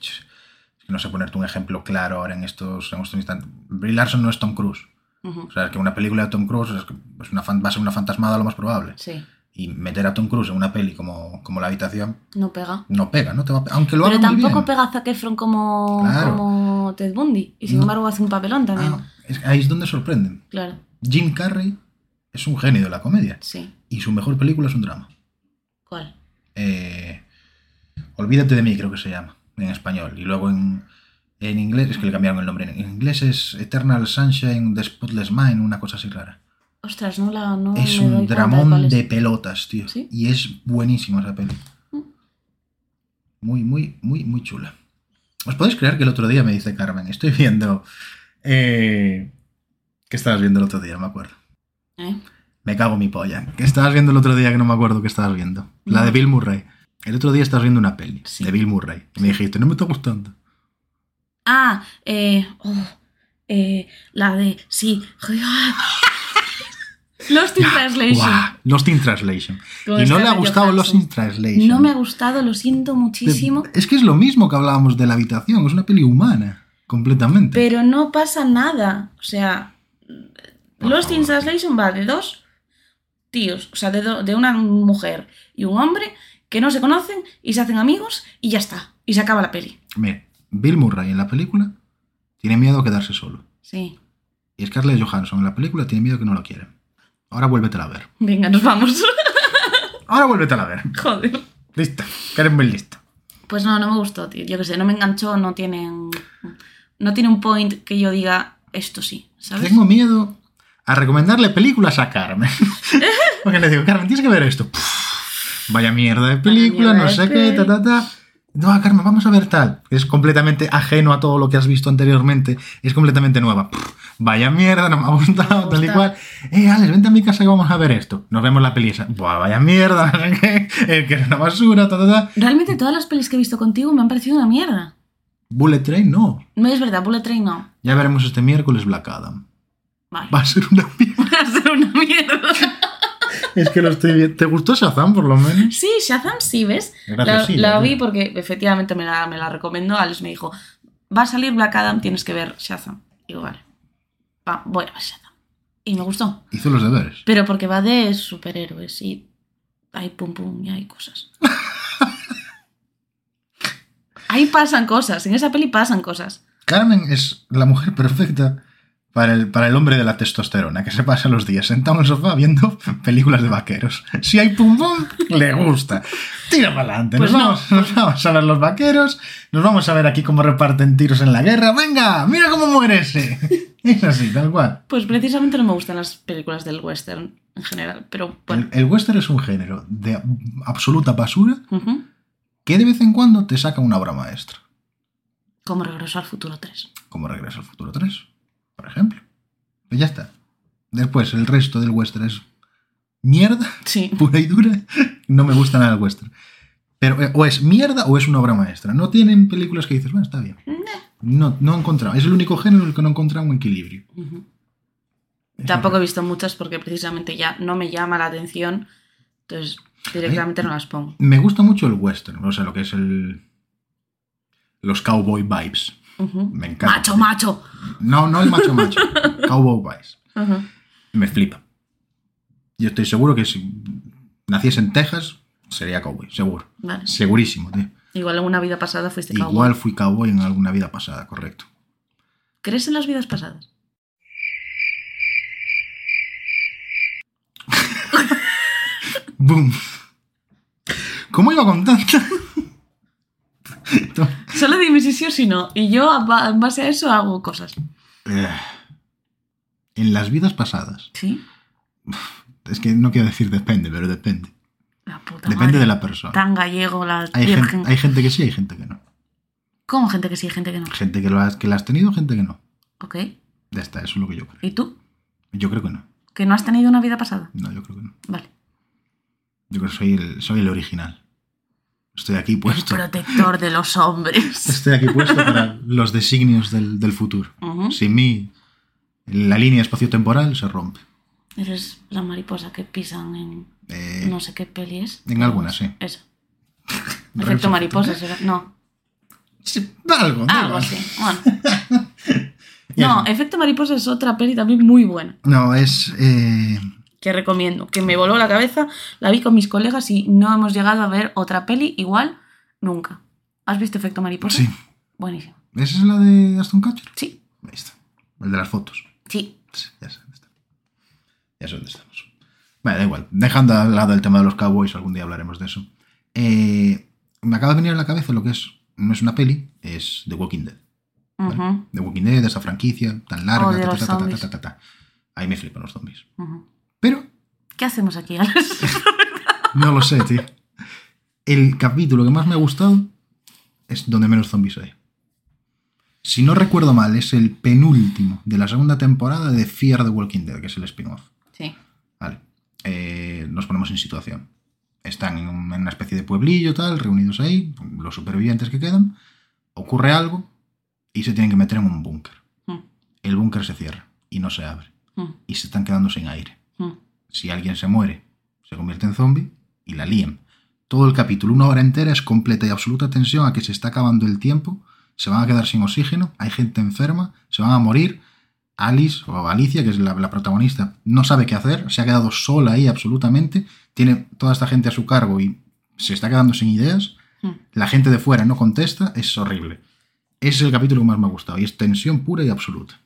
Es que no sé ponerte un ejemplo claro ahora en estos, en estos instantes. Brie Larson no es Tom Cruise.
Ujú.
O sea, es que una película de Tom Cruise es que es una fan- va a ser una fantasmada lo más probable.
Sí,
Y meter a Tom Cruise en una peli como, como La Habitación
no pega.
no pega, no te va a pe- Aunque lo
Pero
haga muy
tampoco
bien.
pega a Zac Efron como,
Claro.
como Ted Bundy, y sin
No.
embargo hace un papelón también.
Ah, es- ahí es donde sorprenden.
Claro,
Jim Carrey es un genio de la comedia
sí.
y su mejor película es un drama.
¿Cuál?
Eh, Olvídate de mí, creo que se llama en español. Y luego en, en inglés, es que le cambiaron el nombre. En inglés es Eternal Sunshine, The Spotless Mind, una cosa así rara.
Ostras, no la. No
es
Oh, me doy
un
cuenta cuál
dramón
es.
de pelotas, tío.
¿Sí?
Y es buenísima esa peli.
Mm.
Muy, muy, muy, muy chula. ¿Os podéis creer que el otro día me dice Carmen? Estoy viendo. Eh, ¿Qué estabas viendo el otro día? No me acuerdo.
¿Eh?
Me cago en mi polla. ¿Qué estabas viendo el otro día que no me acuerdo qué estabas viendo? La de Bill Murray. El otro día estabas viendo una peli
Sí.
de Bill Murray. Y me dijiste, no me está gustando.
Ah, eh, oh, eh, la de. Sí. Lost in Translation.
Guau, Lost in Translation.
Con
y no le ha
Scarlett
gustado Lost
Johansson.
in Translation.
No me ha gustado, lo siento muchísimo.
Es que es lo mismo que hablábamos de la habitación, es una peli humana, completamente.
Pero no pasa nada. O sea.
Por
Lost in
favor.
Translation va de dos tíos, o sea, de, do- de una mujer y un hombre que no se conocen y se hacen amigos y ya está. Y se acaba la peli.
Mira, Bill Murray en la película tiene miedo a quedarse solo.
Sí.
Y Scarlett Johansson en la película tiene miedo que no lo quieran. Ahora vuélvetela a ver.
Venga, nos vamos.
Ahora vuélvetela a ver.
Joder.
Listo, que eres muy listo.
Pues no, no me gustó, tío. Yo qué sé, no me enganchó, no tienen. No tiene un point que yo diga esto sí, ¿sabes?
Tengo miedo a recomendarle películas a Carmen. Porque le digo, Carmen, tienes que ver esto. Pff, vaya mierda de película,
mierda
no
de
sé qué, ta, ta, ta. No, Carmen, vamos a ver tal. Es completamente ajeno a todo lo que has visto anteriormente. Es completamente nueva. Pff, vaya mierda, no me ha gustado, tal y
gusta.
cual. Eh, Alex, vente a mi casa que vamos a ver esto. Nos vemos la peli esa. Buah, vaya mierda, no sé qué. Es que es una basura, ta, ta, ta.
Realmente todas las pelis que he visto contigo me han parecido una mierda.
Bullet Train, no.
No es verdad, Bullet Train no.
Ya veremos este miércoles Black Adam.
Vale.
Va a ser una mierda.
Va a ser una mierda.
Es que lo estoy viendo. ¿Te gustó Shazam, por lo menos?
Sí, Shazam sí, ¿ves?
Gracias,
la
sí,
la
ya
vi
veo.
porque efectivamente me la, me la recomendó. Alex me dijo: Va a salir Black Adam, tienes que ver Shazam. Digo, vale. Va, voy a ver Shazam. Y me gustó.
Hizo los deberes.
Pero porque va de superhéroes y hay pum pum y hay cosas. Ahí pasan cosas, en esa peli pasan cosas.
Carmen es la mujer perfecta para el, para el hombre de la testosterona, que se pasa los días sentado en el sofá viendo películas de vaqueros. Si hay pum pum, le gusta. Tira para adelante.
Pues
nos,
no.
vamos, nos vamos a ver los vaqueros, nos vamos a ver aquí cómo reparten tiros en la guerra. ¡Venga! ¡Mira cómo muere ese! Es así, tal cual.
Pues precisamente no me gustan las películas del western en general, pero bueno.
El, el western es un género de absoluta basura
Ujú.
que de vez en cuando te saca una obra maestra.
Como Regreso al Futuro 3.
como Regreso al Futuro 3, por ejemplo. Pues ya está. Después, el resto del western es mierda,
Sí,
pura y dura. No me gusta nada el western. Pero eh, o es mierda o es una obra maestra. No tienen películas que dices, bueno, está bien. No, no he encontrado. Es el único género en el que no he encontrado un equilibrio.
Ujú. tampoco he visto muchas porque precisamente ya no me llama la atención, entonces directamente no las pongo.
Me gusta mucho el western, o sea, lo que es el... Los cowboy vibes.
Ujú.
Me encanta.
Macho, macho.
No, no el macho macho. cowboy vibes.
Ujú.
me flipa. Yo estoy seguro que si naciese en Texas, sería cowboy, seguro.
Vale.
Segurísimo, tío.
Igual en una vida pasada fuiste cowboy.
Igual fui cowboy en alguna vida pasada, correcto.
¿Crees en las vidas pasadas?
¡Boom! ¿Cómo iba con tanta? To-
Solo dime si sí o si no. Y yo, a ba- en base a eso, hago cosas.
Eh, en las vidas pasadas.
¿Sí?
Es que no quiero decir depende, pero depende.
La puta
Depende
madre.
de la persona.
Tan gallego, la
Hay
virgen.
gente, hay gente que sí, hay gente que no.
¿Cómo gente que sí, gente que no?
Gente que, lo has, que la has tenido, gente que no.
Ok.
Ya está, eso es lo que yo creo.
¿Y tú?
Yo creo que no.
¿Que no has tenido una vida pasada?
No, yo creo que no.
Vale.
Yo creo que soy el, soy el original. Estoy aquí puesto.
Protector de los hombres.
Estoy aquí puesto para los designios del, del futuro.
Ujú.
Sin mí, la línea espaciotemporal se rompe.
Eres la mariposa que pisan en
Eh,
no sé qué peli es.
En alguna, sí.
Eso.
Brave
Efecto
Soul.
mariposa, será. No. Ah,
Sí, algo, ¿no?
Algo así. Bueno.
Ya
No,
sé.
Efecto Mariposa es otra peli también muy buena
No, es. eh,
que recomiendo, que me voló la cabeza, la vi con mis colegas y no hemos llegado a ver otra peli igual nunca. ¿Has visto Efecto Mariposa?
sí.
Buenísimo.
¿Esa es la de Aston Catcher?
Sí,
Ahí está. El de las fotos.
sí.
Sí, ya sé dónde está. Ya sé dónde estamos. Vale, da igual. Dejando al lado el tema de los cowboys, algún día hablaremos de eso. Eh, me acaba de venir a la cabeza lo que es. No es una peli, es The Walking Dead.
Ujú,
The Walking Dead, esa franquicia tan larga,
Oh, de
ta, ta,
los
ta, ta, ta,
zombies.
ta, ta, ta. Ahí me flipan los zombies.
ujú.
Pero
¿Qué hacemos aquí, Alex?
no lo sé, tío. El capítulo que más me ha gustado es donde menos zombies hay. Si no recuerdo mal, es el penúltimo de la segunda temporada de Fear the Walking Dead, que es el spin-off.
sí.
Vale. Eh, nos ponemos en situación. Están en, un- en una especie de pueblillo, tal, reunidos ahí, los supervivientes que quedan. Ocurre algo y se tienen que meter en un búnker.
Mm,
El búnker se cierra y no se abre.
mm,
Y se están quedando sin aire.
mm.
Si alguien se muere, se convierte en zombie y la lían. Todo el capítulo, una hora entera, es completa y absoluta tensión a que se está acabando el tiempo, se van a quedar sin oxígeno, hay gente enferma, se van a morir. Alice o Alicia, que es la, la protagonista, no sabe qué hacer, se ha quedado sola ahí absolutamente, tiene toda esta gente a su cargo y se está quedando sin ideas.
Mm.
La gente de fuera no contesta, es horrible. Ese es el capítulo que más me ha gustado y es tensión pura y absoluta.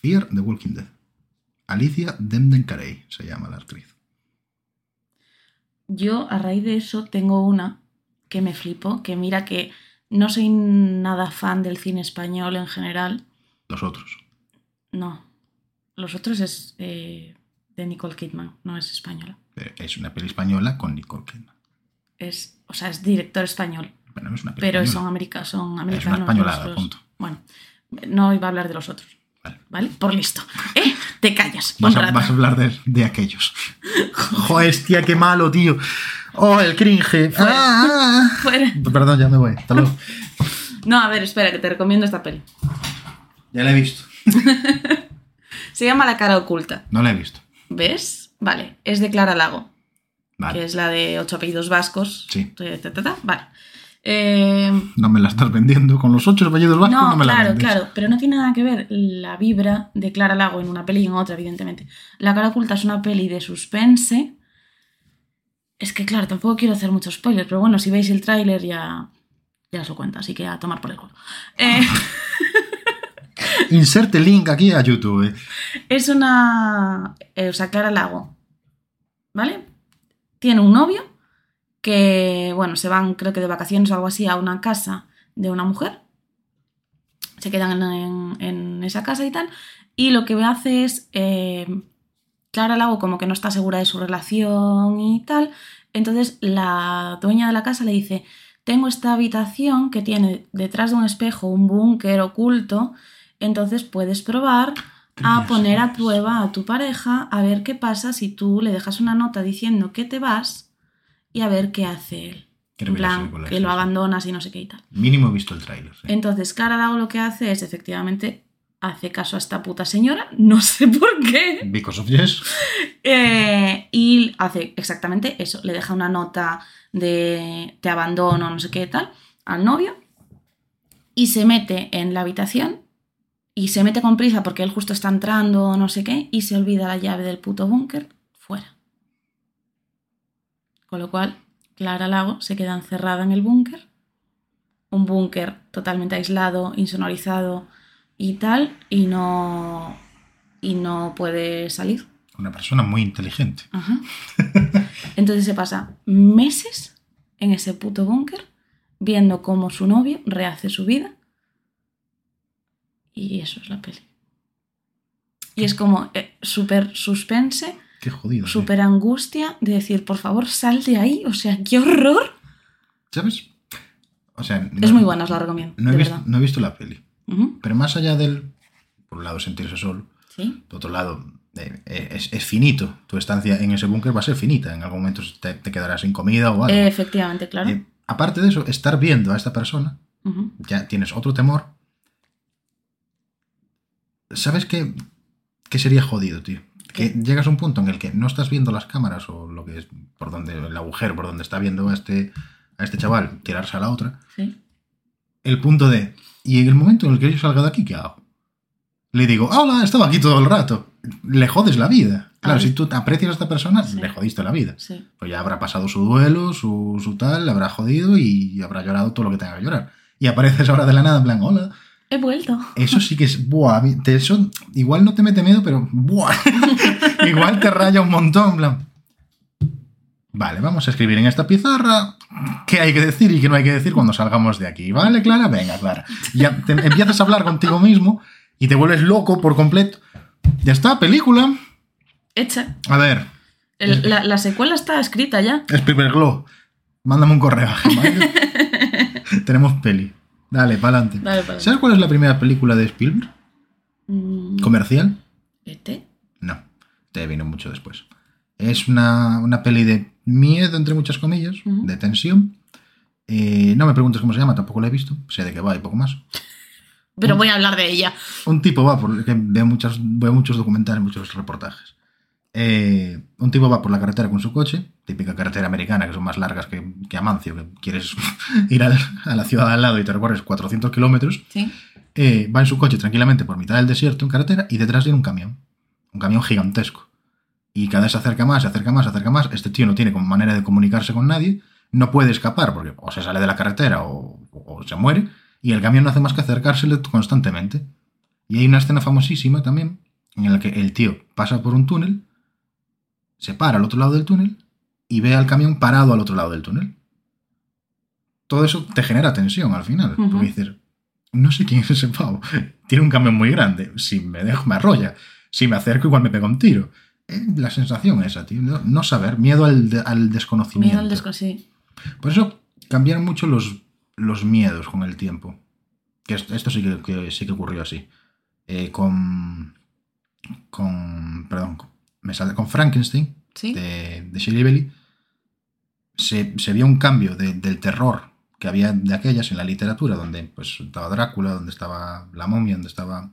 Fear the Walking Dead. Alicia Demden Carey se llama la actriz.
Yo, a raíz de eso, tengo una que me flipó, que mira que no soy nada fan del cine español en general.
Los otros.
No. Los otros es eh, de Nicole Kidman, no es española.
Eh, Es una peli española con Nicole Kidman.
Es, o sea, es director español.
Bueno, no es una peli
Pero son,
española.
america, son
Es
americanos.
una españolada,
los-
punto.
Bueno, no iba a hablar de los otros,
Vale.
¿vale? Por listo. ¿Eh? Te callas.
Vas
un
a,
rato.
vas a hablar de, de aquellos. Joder, hostia, qué malo, tío. Oh, el cringe. Ah, ah,
Fuera.
ah. Perdón, ya me voy. Hasta luego.
No, a ver, espera, que te recomiendo esta peli.
Ya la he visto.
Se llama La cara oculta.
No la he visto.
¿Ves? Vale, es de Clara Lago, que
Vale.
es la de ocho apellidos vascos.
Sí.
Ta, ta, ta, ta. Vale. Eh,
No me la estás vendiendo. Con los ocho apellidos vascos no,
No,
me la
claro,
vendes.
claro, pero no tiene nada que ver la vibra de Clara Lago en una peli y en otra, evidentemente. La cara oculta es una peli de suspense. Es que, claro, tampoco quiero hacer muchos spoilers, pero bueno, si veis el tráiler ya, ya os lo cuento, así que a tomar por el culo. Eh,
Inserte link aquí a YouTube. eh.
es una... eh, o sea, Clara Lago, ¿vale? Tiene un novio que, bueno, se van, creo que de vacaciones o algo así, a una casa de una mujer. Se quedan en, en- en esa casa y tal. Y lo que hace es... eh, Clara Lago como que no está segura de su relación y tal. Entonces la dueña de la casa le dice, tengo esta habitación que tiene detrás de un espejo un búnker oculto. Entonces puedes probar a
Creas.
poner a prueba a tu pareja, a ver qué pasa si tú le dejas una nota diciendo que te vas y a ver qué hace él.
Quiero
En
ver la
plan,
secuela,
que
sí,
lo
sí.
abandonas y no sé qué y tal.
Mínimo he visto el tráiler. eh. sí.
Entonces, Clara Lago lo que hace es efectivamente hace caso a esta puta señora, no sé por qué.
Because of Yes.
Eh, y hace exactamente eso. Le deja una nota de te abandono, no sé qué tal, al novio. Y se mete en la habitación y se mete con prisa porque él justo está entrando, no sé qué, y se olvida la llave del puto búnker fuera. Con lo cual, Clara Lago se queda encerrada en el búnker, un búnker totalmente aislado, insonorizado y tal, y no, y no puede salir.
Una persona muy inteligente.
Ajá. Entonces se pasa meses en ese puto búnker viendo cómo su novio rehace su vida. Y eso es la peli. Y es como eh, súper suspense,
Qué jodido. tío.
súper angustia de decir, por favor, sal de ahí. O sea, qué horror.
¿Sabes? O sea,
Es muy buena, os la recomiendo.
No he,
de
visto,
verdad.
no he visto la peli.
Ujú,
Pero más allá del, por un lado, sentirse solo,
Sí.
por otro lado, eh, eh, es, es finito. Tu estancia en ese búnker va a ser finita. En algún momento te, te quedarás sin comida o algo.
Eh, efectivamente, claro.
Eh, aparte de eso, estar viendo a esta persona,
Ujú.
ya tienes otro temor. ¿Sabes qué, qué sería jodido, tío? Que llegas a un punto en el que no estás viendo las cámaras o lo que es por donde el agujero por donde está viendo a este, a este chaval tirarse a la otra.
Sí.
el punto de, y en el momento en el que yo salga de aquí, ¿qué hago? Le digo, hola, estaba aquí todo el rato. Le jodes la vida. Claro,
Ah.
si tú te aprecias a esta persona,
Sí.
le jodiste la vida.
Sí.
Pues ya habrá pasado su duelo, su, su tal, le habrá jodido y habrá llorado todo lo que tenga que llorar. Y apareces ahora de la nada en plan, hola.
He vuelto.
Eso sí que es, buah, a mí- te- eso igual no te mete miedo, pero buah, igual te raya un montón, en plan. Vale, vamos a escribir en esta pizarra qué hay que decir y qué no hay que decir cuando salgamos de aquí. Vale, Clara, venga, Clara. Ya te empiezas a hablar contigo mismo y te vuelves loco por completo. Ya está, película.
Hecha.
A ver, Eh.
El- la, la secuela está escrita ya.
Spielberg mándame un correo. ¿vale? Tenemos peli. Dale, pa'lante.
Dale, pa'lante.
¿Sabes cuál es la primera película de Spielberg?
Mm,
¿Comercial?
vete.
No, te vino mucho después. Es una, una peli de miedo, entre muchas comillas,
Ujú.
de tensión. Eh, no me preguntes cómo se llama, tampoco la he visto. Sé de qué va y poco más.
Pero
Mm.
voy a hablar de ella.
Un tipo va por. que veo, muchas, veo muchos documentales, muchos reportajes. Eh, un tipo va por la carretera con su coche, típica carretera americana, que son más largas que, que Amancio, que quieres ir al- a la ciudad al lado y te recorres 400 kilómetros.
Sí.
Eh, va en su coche tranquilamente por mitad del desierto en carretera y detrás viene un camión. Un camión gigantesco. Y cada vez se acerca más, se acerca más, se acerca más. Este tío no tiene como manera de comunicarse con nadie. No puede escapar porque o se sale de la carretera o, o se muere. Y el camión no hace más que acercársele constantemente. Y hay una escena famosísima también en la que el tío pasa por un túnel, se para al otro lado del túnel y ve al camión parado al otro lado del túnel. Todo eso te genera tensión al final.
Ujú.
Porque dices, no sé quién es ese pavo. Tiene un camión muy grande. Si me dejo, me arrolla. Si me acerco, igual me pega un tiro. Eh, La sensación esa, tío. No no saber. Miedo al, de- al desconocimiento.
Miedo al desco- sí.
Por eso cambiaron mucho los, los miedos con el tiempo. Que es- esto, sí que, que- sí que ocurrió así. Eh, con. Con. Perdón. con- Me sale con Frankenstein
Sí.
de, de Shirley Bailey, se, se vio un cambio de- del terror que había de aquellas en la literatura, donde pues, estaba Drácula, donde estaba la momia, donde estaba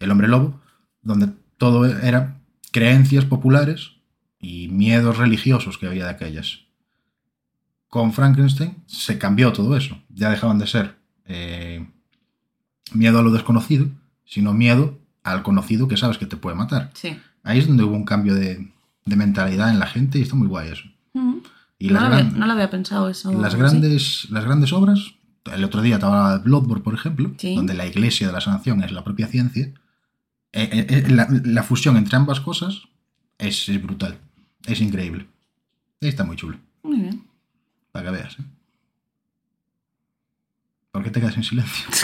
el hombre lobo, donde todo era creencias populares y miedos religiosos que había de aquellas. Con Frankenstein se cambió todo eso, ya dejaban de ser eh, miedo a lo desconocido, sino miedo al conocido que sabes que te puede matar.
Sí.
Ahí es donde hubo un cambio de, de mentalidad en la gente y está muy guay eso.
Mm.
Y
no,
las,
lo había,
gran-
no lo había pensado eso.
las
sí.
grandes, las grandes obras, el otro día te hablaba de Bloodborne, por ejemplo,
Sí.
donde la iglesia de la sanación es la propia ciencia, eh, eh, eh, la, la fusión entre ambas cosas es, es brutal, es increíble. Ahí está muy chulo,
Muy bien.
para que veas. ¿eh? ¿Por qué te quedas en silencio?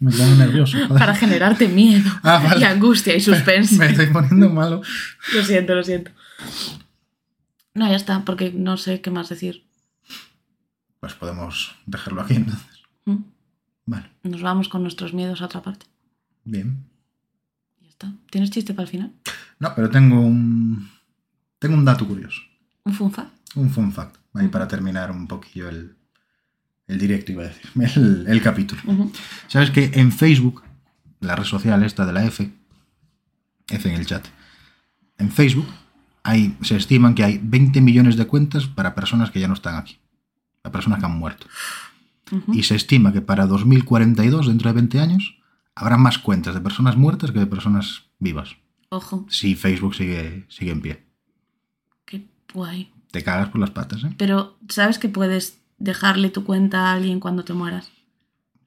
Me pongo nervioso. joder.
Para generarte miedo
Ah, vale.
y angustia y suspense.
Me estoy poniendo malo.
Lo siento, lo siento. No, ya está, porque no sé qué más decir.
Pues podemos dejarlo aquí entonces.
Mm.
Vale,
Nos vamos con nuestros miedos a otra parte.
bien.
Ya está. ¿Tienes chiste para el final?
No, pero tengo un. Tengo un dato curioso.
¿Un funfa?
Un fun fact. Ahí para terminar un poquillo el. El directo, iba a decir. El, el capítulo.
Ujú.
¿Sabes que en Facebook, la red social esta de la F, F en el chat, en Facebook hay, se estiman que hay 20 millones de cuentas para personas que ya no están aquí, para personas que han muerto.
Ujú.
y se estima que para 2042, dentro de 20 años, habrá más cuentas de personas muertas que de personas vivas.
Ojo,
Si Facebook sigue, sigue en pie.
qué guay.
Te cagas por las patas, ¿eh?
Pero sabes que puedes dejarle tu cuenta a alguien cuando te mueras.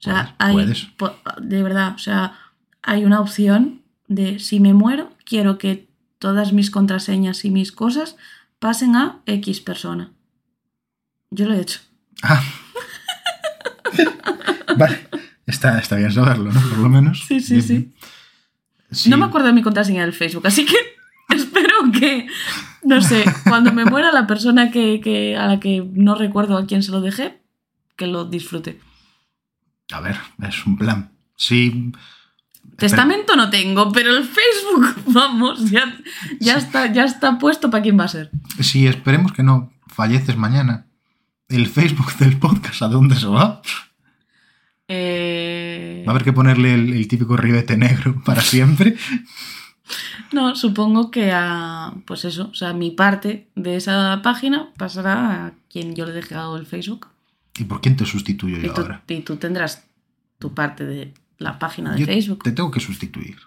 O sea,
Puedes,
hay,
puedes.
po- de verdad, o sea, hay una opción de si me muero, quiero que todas mis contraseñas y mis cosas pasen a X persona. Yo lo he hecho.
Ah. vale. Está, está bien saberlo, ¿no? Por lo menos.
Sí, sí,
Bien,
sí.
bien. Sí,
No me acuerdo de mi contraseña del Facebook, así que espero que, no sé, cuando me muera la persona que, que- a la que no recuerdo a quién se lo dejé, que lo disfrute.
A ver, es un plan. Sí.
Testamento no tengo, pero el Facebook, vamos, ya, ya, está, ya está puesto para quién va a ser.
Si esperemos que no falleces mañana, el Facebook del podcast, ¿a dónde se va?
Eh,
Va a haber que ponerle el, el típico ribete negro para siempre.
no, supongo que a, pues eso, o sea, mi parte de esa página pasará a quien yo le he dejado el Facebook.
¿Y por quién te sustituyo
Y
yo
tú,
ahora?
y tú tendrás tu parte de la página de
Yo
Facebook.
Te tengo que sustituir.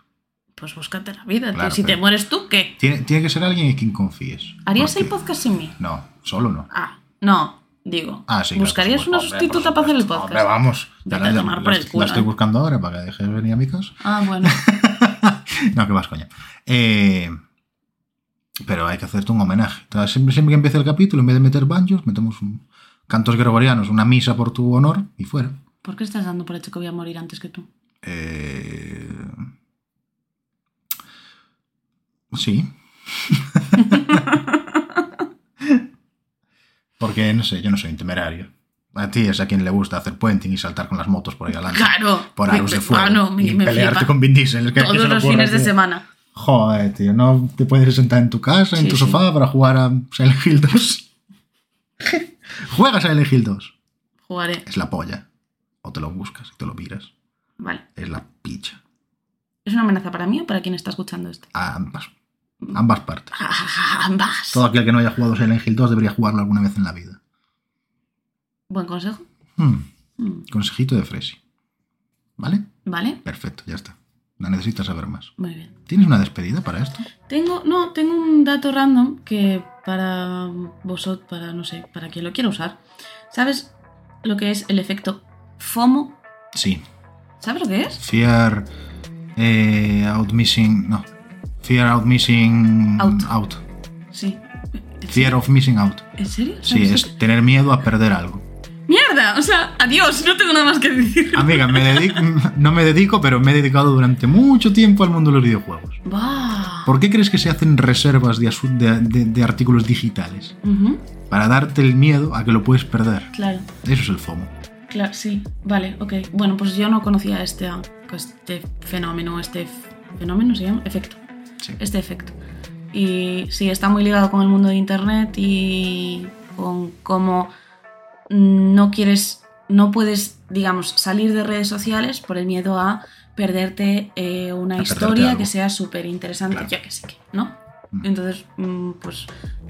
Pues búscate la vida.
Claro,
tío. si te
pero-
mueres tú, ¿qué?
Tiene, tiene que ser alguien en quien confíes.
¿Harías el
Porque-
podcast sin mí?
No, solo no.
Ah, no, digo.
Ah, sí. claro,
¿Buscarías
por
una
supuesto.
sustituta
Hombre,
para hacer el
por supuesto.
podcast?
Hombre, vamos.
Vete
Ya
a
la-
tomar
la-
por el
la
culo,
estoy
¿eh?
buscando ahora para que dejes de venir a mi casa.
Ah, bueno.
No, que más, coña. Eh, pero hay que hacerte un homenaje. O sea, Siempre, siempre que empiece el capítulo, en vez de meter banjos, metemos un- cantos gregorianos, una misa por tu honor y fuera.
¿Por qué estás dando por hecho que voy a morir antes que tú?
Eh, Sí. Porque, no sé, yo no soy un temerario. A ti es a quien le gusta hacer puenting y saltar con las motos por ahí adelante.
Claro.
Por
Me-
aros de
me-
fuego.
ah, no, me-
y
me
pelearte
flipa.
con Vin Diesel. es que- que
Todos
se le
los
ocurra,
fines de
tío.
semana.
Joder, tío, no te puedes sentar en tu casa, en
Sí,
tu
sí.
sofá, para jugar a Silent Hill 2. Juegas a Silent Hill 2.
Jugaré.
Es la polla. O te lo buscas y te lo miras.
Vale.
Es la picha.
¿Es una amenaza para mí o para quien está escuchando esto?
A ambas. Ambas partes.
Ambas.
Todo aquel que no haya jugado Silent Hill 2 debería jugarlo alguna vez en la vida.
Buen consejo.
Hmm,
Mm,
Consejito de Fresi. ¿Vale?
Vale.
Perfecto, ya está. No necesitas saber más.
Muy bien.
¿Tienes una despedida para esto?
Tengo, no, tengo un dato random que para vosotros, para no sé, para quien lo quiera usar. ¿Sabes lo que es el efecto FOMO?
Sí.
¿Sabes lo que es?
Fear eh, out missing. No. Fear out missing
Out. Sí.
Fear of missing out.
¿En serio?
Sí,
¿Sabes lo
es tener miedo a perder algo.
que- ¡Mierda! O sea, adiós, no tengo nada más que decir.
Amiga, me dedico, no me dedico, pero me he dedicado durante mucho tiempo al mundo de los videojuegos.
¡Bah!
¿Por qué crees que se hacen reservas de, asu- de- de- de artículos digitales?
Ujú,
Para darte el miedo a que lo puedes perder.
Claro,
Eso es el FOMO.
claro, sí. Vale, ok. Bueno, pues yo no conocía este, este fenómeno, este f- fenómeno se llama efecto.
Sí.
este efecto. Y sí, está muy ligado con el mundo de Internet y con cómo no quieres, no puedes, digamos, salir de redes sociales por el miedo a perderte eh, una
A perderte
historia
algo.
que sea súper interesante,
Claro.
yo que sé que, ¿no?
Mm.
Entonces, mm, pues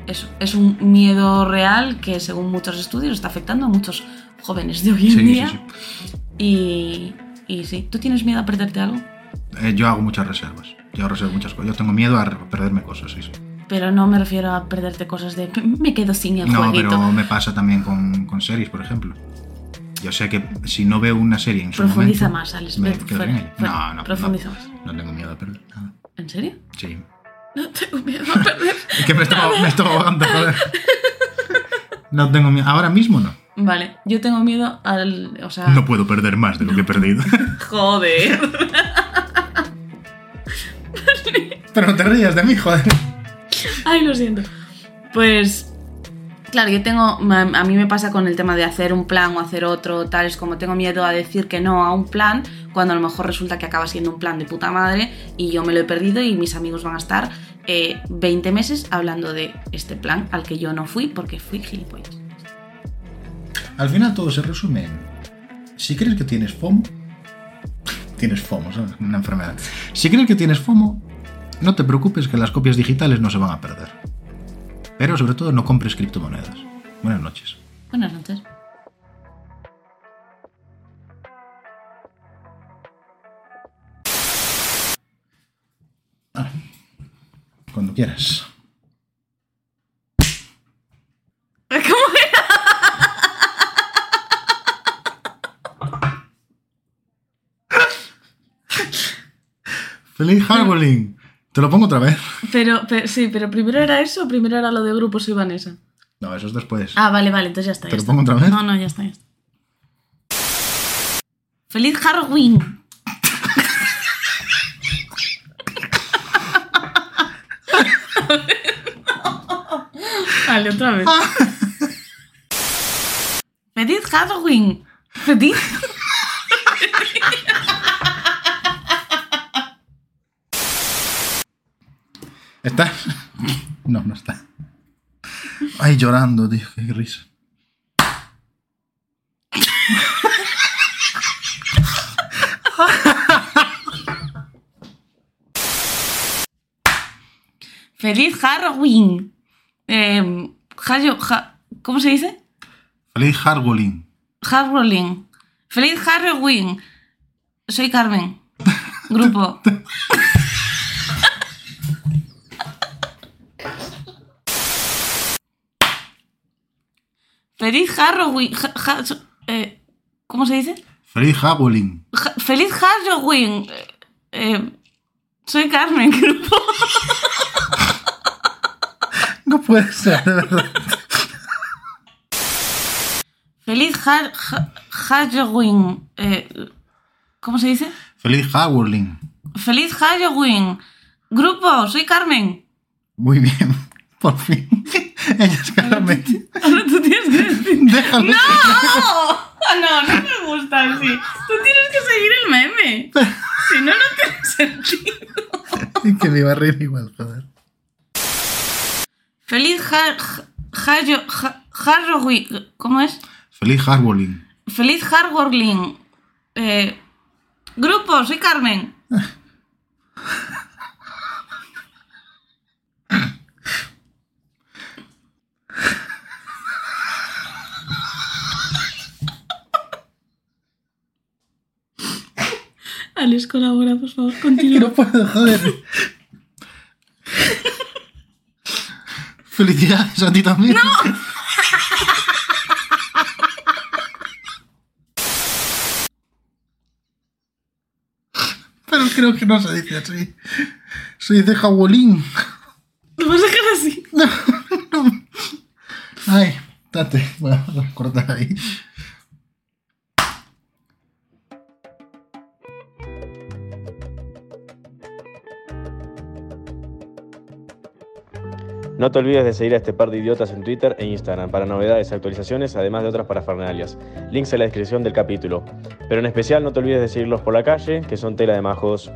eso, es un miedo real que según muchos estudios está afectando a muchos jóvenes de hoy en
Sí, sí,
día.
sí.
Y, y sí, ¿tú tienes miedo a perderte algo?
Eh, yo hago muchas reservas. Yo reservo muchas cosas. Yo tengo miedo a re- perderme cosas, sí, sí.
Pero no me refiero a perderte cosas de me quedo sin el
No,
jueguito.
pero me pasa también con, con series, por ejemplo. Yo sé que si no veo una serie en su
Profundiza
momento,
más, Alex.
me
Ve,
quedo
fuera,
en ella.
fuera.
No, no,
Profundiza
no.
más.
No tengo miedo a perder nada.
¿En serio?
Sí.
No tengo miedo a perder.
Es que me estaba, me estaba ahogando, joder. No tengo miedo. Ahora mismo no.
vale, yo tengo miedo al. O sea.
No puedo perder más de lo que he perdido.
Joder.
Pero no te rías de mí, joder.
Ay, lo siento. Pues. Claro, yo tengo. ma- A mí me pasa con el tema de hacer un plan o hacer otro, tal. Es como tengo miedo a decir que no a un plan, cuando a lo mejor resulta que acaba siendo un plan de puta madre y yo me lo he perdido y mis amigos van a estar eh, 20 meses hablando de este plan al que yo no fui porque fui gilipollas.
Al final todo se resume en... Si crees que tienes FOMO... Tienes FOMO, ¿sabes? Una enfermedad. Si crees que tienes FOMO, no te preocupes que las copias digitales no se van a perder. Pero sobre todo no compres criptomonedas. Buenas noches.
Buenas noches.
Cuando quieras.
¿Cómo era?
¡Feliz Halloween! Te lo pongo otra vez.
Pero, pero- sí, pero primero era eso, o primero era lo de Grupo Soy Vanessa.
No, eso es después.
Ah, vale, vale, entonces ya está. ya
¿Te lo
está.
pongo otra vez?
No, no, ya está, ya está. ¡Feliz Halloween! vale, otra vez. ¡Feliz Halloween! ¡Feliz!
¿Está? No, no está. Ay, llorando, tío, qué risa.
¡Feliz Halloween! Eh, Hallo- ja- ¿Cómo se dice?
¡Feliz Halloween!
Halloween. ¡Feliz Halloween! Soy Carmen. Grupo. ¡Feliz Halloween! Ja- ja- so- eh, ¿Cómo se dice?
¡Feliz Halloween!
Ja- ¡Feliz Halloween! Eh, eh, soy Carmen, grupo.
No puede ser, de verdad.
¡Feliz Har- Ja- Halloween! Eh, ¿Cómo se dice?
¡Feliz Halloween!
¡Feliz Halloween! Grupo, soy Carmen.
Muy bien, por fin. Ella es Carmen.
Ahora tú tienes que decir.
Déjalo.
¡No! ah, No, no me gusta así. Tú tienes que seguir el meme. Si no, no tiene sentido.
Que me iba a reír igual, joder.
Feliz Har- Ja- Hallo- Ja- Halloween. ¿Cómo es?
¡Feliz Halloween!
Feliz Halloween. Eh, grupo, soy Carmen. Alex, colabora, por favor,
Que
continúa.
no puedo, joder. Felicidades a ti también. Pero creo que no se dice así. Se dice jabolín.
Lo vas a dejar así.
Ay, date. Voy a cortar ahí.
No te olvides de seguir a este par de idiotas en Twitter e Instagram para novedades, actualizaciones, además de otras parafernalias. Links en la descripción del capítulo. Pero en especial no te olvides de seguirlos por la calle, que son tela de majos.